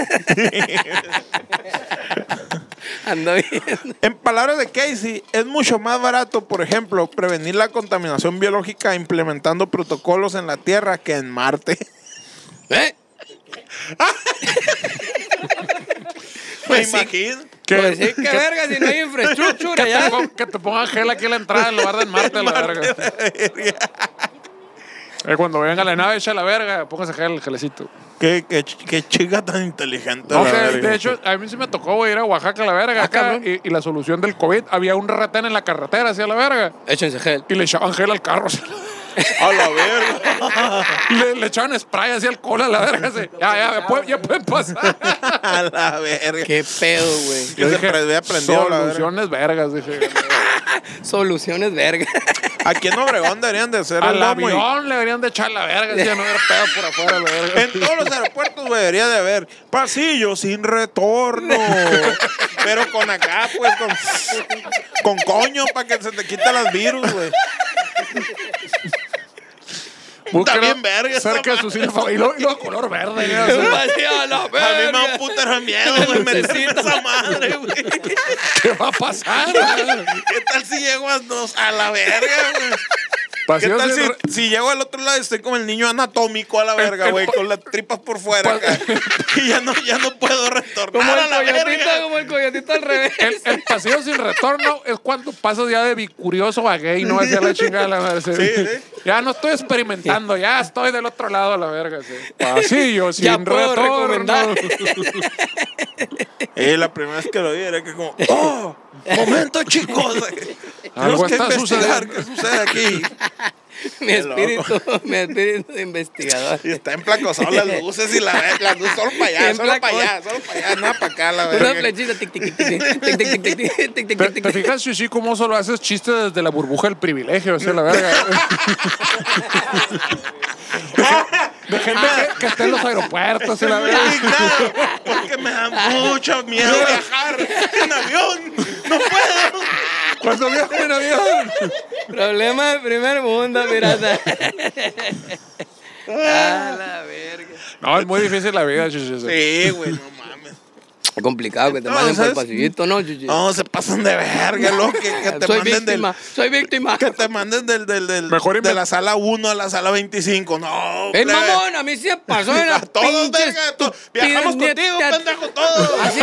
C: Ando bien.
B: En palabras de Casey, es mucho más barato, por ejemplo, prevenir la contaminación biológica implementando protocolos en la Tierra que en Marte.
C: ¿Eh?
B: Me imagino.
C: ¿Qué? Pues sí, qué verga, si no hay infraestructura
A: Que te,
C: ya.
A: ponga, que te pongan gel aquí en la entrada en lugar del Marte, a la verga. Eh, cuando venga la nave, echa la verga, póngase gel, gelecito.
B: Qué, qué, ch- qué chica tan inteligente.
A: No
B: la
A: sé,
B: verga.
A: de hecho, a mí sí me tocó güey, ir a Oaxaca a la verga
C: Ah,
A: acá
C: cabrón.
A: y, y la solución del COVID, había un retén en la carretera hacia la verga
C: Échense gel.
A: y le echaban gel al carro. así.
B: a la verga.
A: le, le echaban spray así alcohol a la verga. así. Ya, ya, ya pueden, ya pueden pasar.
B: A la verga.
C: Qué pedo, güey.
B: Yo siempre había aprendido la verga.
A: soluciones vergas, dije.
C: Soluciones verga.
B: Aquí en Obregón deberían de hacer
A: Al
B: el lomo y-
A: avión le deberían de echar la verga, si ya no hubiera pedo por afuera la verga.
B: En todos los aeropuertos, güey, debería de haber pasillo sin retorno. Pero con acá, pues, con, con coño para que se te quita las virus, güey.
A: Búsquelo
B: bien verga esa
A: Cerca de su cine favorito. Y luego- Y luego color verde. ya, así.
C: Vacía la
B: A mí me da un
C: verga.
B: putero de miedo, güey, meterme en esa madre, güey.
A: ¿Qué va a pasar?
B: ¿Qué tal si llego a dos a la verga, güey? ¿Qué
A: Pasillos
B: tal
A: sin re-
B: si, si llego al otro lado y estoy como el niño anatómico a la verga, güey, con las tripas por fuera acá? Y ya no, ya no puedo
C: Como
B: retornar a
C: el
B: la
C: coyotito,
B: verga.
C: como el coyotito al revés.
A: El, el pasillo sin retorno es cuando pasas ya de bicurioso a gay, no hacia la chingada de la madre. sí.
B: Sí, sí.
A: Ya no estoy experimentando, ya estoy del otro lado a la verga. sí. Pasillo sin
C: Ya puedo
A: retorno.
C: recomendar.
B: Eh, la primera vez que lo vi era que como, ¡oh! ¡Momento, chicos!
A: Algo
B: Tenemos que
A: está
B: investigar
A: sucediendo.
B: qué sucede aquí.
C: Mi espíritu, mi espíritu de investigador.
B: Y está en placo, son las luces y la, las luces solo para allá,
C: En
B: solo para
C: placozón.
B: allá, solo para allá, nada para acá, la
C: Una
B: verga.
C: flechita, tic, tic, tic, tic, tic, tic, tic, tic, tic, tic,
A: ¿Te,
C: tic,
A: te
C: tic, tic.
A: fijas, Shishi, cómo solo haces chistes desde la burbuja del privilegio? Así, la verga. De gente que, que está en los aeropuertos, así, la
B: Estoy muy
A: verga.
B: indignado porque me da mucho miedo viajar en avión. No puedo.
A: Cuando viajo en avión.
C: Problema de primer mundo, pirata. A la verga.
A: No, es muy difícil la vida, Shishi. sí.
B: Sí, güey, no mames.
C: Complicado que te manden por el
B: Entonces-
C: pasillito, ¿no, Chuchi?
B: No, se pasan de verga, loco, que, que te
C: Soy
B: manden del...
C: víctima, soy víctima.
B: Que te manden del, del, del,
A: Mejor
B: de
A: inven-
B: la sala 1 a la sala 25. No,
C: El
B: plebe.
C: mamón, a mí sí me pasó en
B: A
C: las
B: todos,
C: pinches...
B: verga. to- Viajamos contigo,
C: pierneta-
B: pendejo, todos.
C: ¿Así?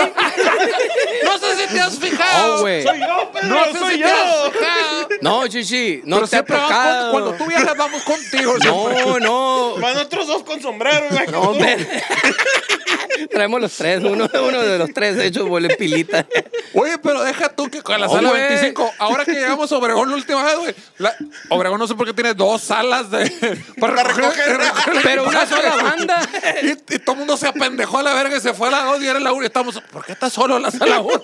A: No sé si te has fijado.
C: No, pues, güey.
B: Soy yo, Pedro,
A: No sé
B: soy
A: si te
B: yo.
A: has fijado.
C: No, Chichi, no
A: Pero
C: te ha
A: siempre vamos con-
C: tocado.
A: cuando tú viajas vamos contigo. siempre.
C: No, no.
B: Van otros dos con sombrero, güey.
C: No, hombre. Traemos los tres, uno, uno de los tres hechos huele pilita.
A: Oye, pero deja tú que con la
C: No,
A: sala
C: güey.
A: 25, ahora que llegamos a Obregón la última vez, güey. la- Obregón no sé por qué tiene dos salas de para recoger.
C: Pero una sola banda.
A: Y, y todo el mundo se apendejó a la verga y se fue a la 2 y era la 1 y estamos, ¿por qué está solo en la sala 1?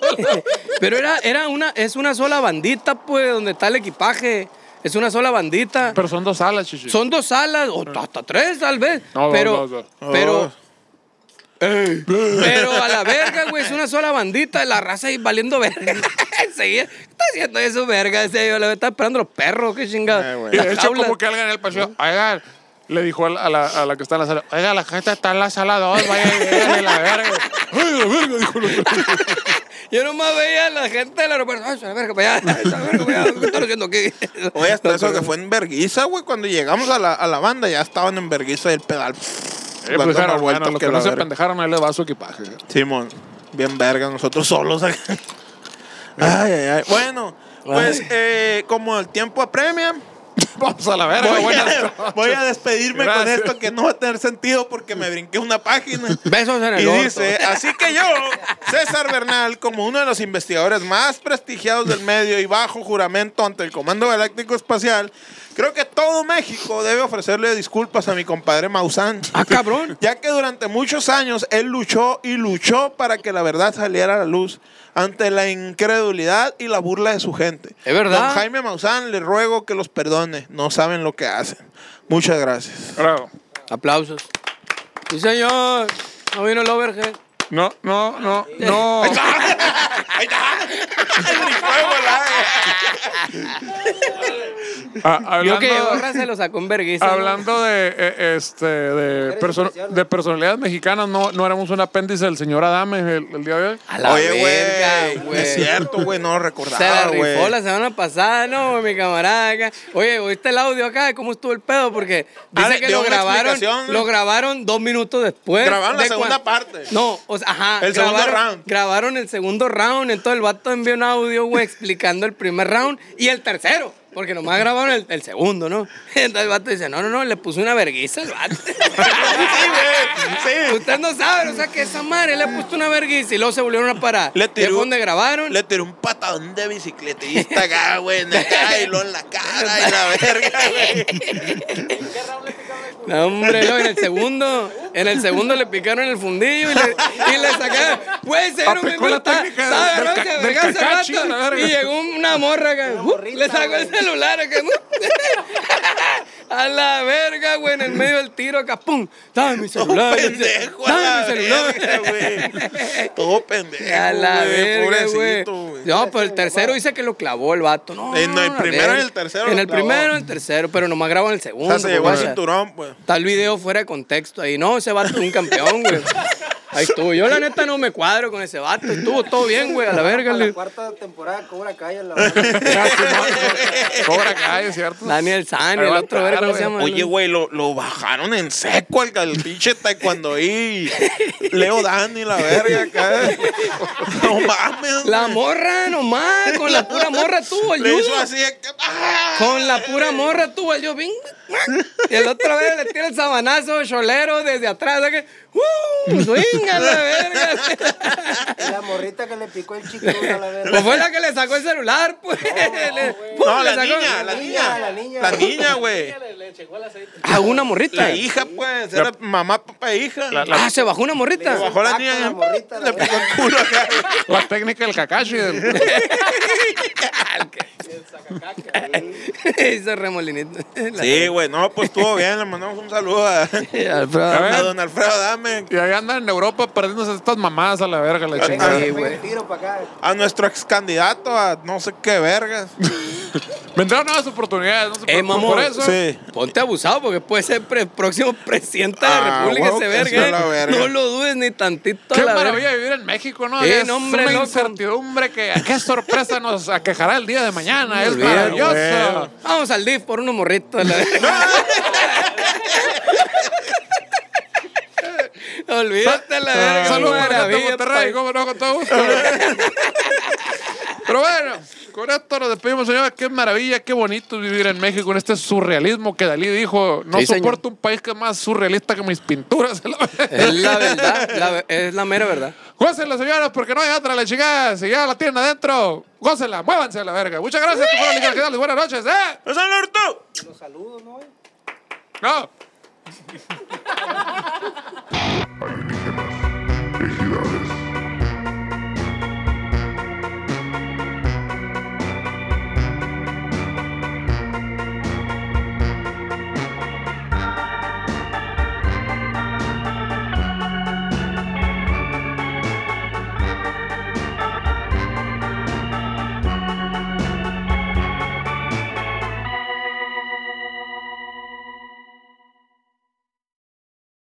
C: Pero era, era una, es una sola bandita, pues, donde está el equipaje. Es una sola bandita.
A: Pero son dos salas, chichi.
C: Son dos salas, o hasta tres, tal vez.
A: Ah. No, no,
C: pero,
A: no, no.
C: pero. Ey, pero a la verga, güey, es una sola bandita, la raza ahí valiendo verga. Seguía, ¿qué está haciendo eso, verga? Decía yo, la está esperando los perros, qué chingada.
B: Eh, güey.
A: Y
C: Las
A: de hecho,
C: jaulas.
A: como que alguien en el pasillo, oigan, le dijo a la, a la- a la que está en la sala, oiga, la gente está en la sala 2, vaya, de la verga. Ay, la verga, dijo el otro.
C: Yo nomás veía a la gente del aeropuerto. Ay, a la verga, para allá. Ay, a la verga, para allá. ¿Qué están haciendo aquí?
B: Oye, hasta eso que fue en Berguiza, güey. Cuando llegamos a la, a la banda, ya estaban en Berguiza y el pedal.
A: Eh, pues,
B: dando
A: claro,
B: más vueltas
A: bueno, los que,
B: que
A: no
B: la
A: se
B: verga.
A: pendejaron, ahí les va su equipaje.
B: Simón, bien verga, nosotros solos acá. Ay, ay, ay. Bueno, pues
C: Ay.
B: eh, como el tiempo apremia,
A: Vamos a la verga,
B: voy
A: buenas
B: a,
A: noches.
B: voy a despedirme con
A: Gracias.
B: esto que no va a tener sentido porque me brinqué una página.
C: Besos en el
B: Y
C: orto.
B: dice, así que yo, César Bernal, como uno de los investigadores más prestigiados del medio y bajo juramento ante el Comando Galáctico Espacial, creo que todo México debe ofrecerle disculpas a mi compadre Maussan.
C: Ah, cabrón.
B: Ya que durante muchos años él luchó y luchó para que la verdad saliera a la luz ante la incredulidad y la burla de su gente.
C: Es verdad.
B: Don Jaime Maussan, le ruego que los perdone. No saben lo que hacen. Muchas gracias.
A: Bravo.
C: Aplausos. Sí, señor. No vino el overhead.
A: No, no, no, no. Ah,
C: Yo que llegó
A: hablando,
C: raza se lo sacó en vergüenza.
A: hablando de, eh, este, de, perso-
D: especial.
A: de personalidades mexicanas, no, no éramos un apéndice del señor Adame el, el día de hoy.
C: A la
B: Oye,
C: verga,
B: güey.
C: güey.
B: Es cierto, güey. No lo
C: Se la
B: recordaba, güey.
C: rifó la semana pasada, ¿no? Mi camarada acá. Oye, ¿oíste el audio acá de cómo estuvo el pedo? Porque dice
B: Ah, de-
C: que
B: dio
C: lo
B: una
C: grabaron,
B: explicación.
C: lo grabaron dos minutos después.
B: Grabaron la
C: de
B: segunda
C: cuan-
B: parte.
C: No, o sea, ajá.
B: El segundo round.
C: Grabaron el segundo round, entonces el vato envió un audio, güey, explicando el primer round y el tercero. Porque nomás grabaron el, el segundo, ¿no? Entonces el vato dice, no, no, no, le puse una verguiza al vato.
B: güey, sí.
C: Usted no sabe, o sea, que esa madre le puso una verguiza y luego se volvieron a parar.
B: Le
C: Y ahí
B: tiró-
C: fue donde grabaron.
B: Le tiró un patadón de bicicletista acá, güey, en acá, y luego en la cara, y la verga, güey.
C: No, hombre, luego en el segundo, en el segundo le picaron el fundillo y le, y le sacaron. Pues se dieron
A: Aplicó la
C: cuenta,
A: técnica del-
C: estaba
A: del
C: agarrándose
A: ca-
C: a
A: del
C: vergazo el
A: cacachi,
C: vato,
A: la verga.
C: y llegó una morra acá, uh, le sacó el celular acá, uh, a la verga, güey, en el medio del tiro acá, pum, dame mi
B: Todo
C: celular,
B: pendejo, a la
C: dame mi
B: verga,
C: celular.
B: güey. Todo pendejo.
C: A la
B: güey,
C: verga, güey.
B: pobrecito, güey.
C: No, pero el tercero dice que lo clavó el vato. No,
B: En el
C: la
B: primero y
C: verga.
B: el tercero
C: En
B: lo
C: el
B: clavó.
C: primero, en el tercero, pero nomás graban el
B: O
C: segundo.
B: sea, se llevó el
C: guacha.
B: cinturón, pues.
C: Está el video fuera de contexto ahí. No, ese vato es un campeón, güey. Ahí estuvo. Yo, la neta, no me cuadro con ese vato. Estuvo todo bien, güey. A la verga,
D: Para la
C: le...
D: cuarta temporada Cobra Kai en la
A: Cobra Kai, ¿cierto?
C: Daniel San, el otro verga, ¿cómo se llama?
B: Oye, güey, lo, lo bajaron en seco al, al pinche taekwondo y Leo Dani, la verga, acá. No mames.
C: La
B: güey.
C: morra nomás, con la pura morra tuvo el
B: Le hizo
C: judo.
B: así. que- ¡Ah!
C: Con la pura morra tuvo el judo. bien. Y el otro vez le tira el sabanazo cholero desde atrás. ¿sabes qué? ¡Uh! swing a la verga!
D: Y la morrita que le picó el chico a la verga.
C: Pues fue la que le sacó el celular, pues. Le- ¡pum!
B: No,
C: le
B: la
C: sacó-
B: niña, la niña.
D: la niña.
B: La niña, güey.
C: Ah, una morrita.
B: La hija, pues. Era mamá, papá, e hija.
C: ah, se bajó una morrita.
B: Se bajó la
D: Taco,
B: niña.
D: la morrita,
B: Le
D: la
B: picó el culo acá.
A: La técnica del Kakashi. del-
C: Hizo remolinito. La-
B: Sí, güey. No, pues estuvo bien. Le mandamos un saludo a,
A: A
B: a
A: ver.
B: don Alfredo Dame.
A: Y ahí andan en Europa perdiéndose estas mamadas a la verga, la
D: Venga,
A: chingada.
C: Sí,
D: sí,
C: güey.
D: güey. Tiro para acá.
B: A nuestro ex candidato a no sé qué vergas.
A: Vendrán nuevas oportunidades, no se
C: Eh,
A: preocupen
C: mamón.
A: por eso.
B: Sí.
C: Ponte abusado porque puede ser pre- próximo presidente de la
B: Ah,
C: República
B: huevo
C: ese
B: que sí, a la
C: verga, eh.
B: verga.
C: No lo dudes ni tantito.
A: Qué
C: la verga.
A: maravilla vivir en México, ¿no?
C: Sí,
A: es
C: no, hombre,
A: una
C: loco.
A: incertidumbre que qué sorpresa nos aquejará el día de mañana. es
C: olvides,
A: maravilloso.
C: Vamos al DIF por unos morritos. La verga. Olvídate la verga.
A: Saludos para gente de
C: maravilla,
A: Monterrey,
C: pa-
A: cómo no, con todo gusto. Pero bueno, con esto nos despedimos, señores. Qué maravilla, qué bonito es vivir en México en este surrealismo que Dalí dijo. No
C: Sí, señor.
A: soporto un país que es más surrealista que mis pinturas.
C: Es la verdad, la ve- es la mera verdad.
A: Gócenla, señoras, porque no hay otra la chingada. Si ya la tienen adentro, gócenla, muévanse a la verga. Muchas gracias, tu fueron ¿qué tal? Buenas noches, ¿eh?
B: ¡Es el orto!
D: Los saludos, ¿no? güey?
A: No.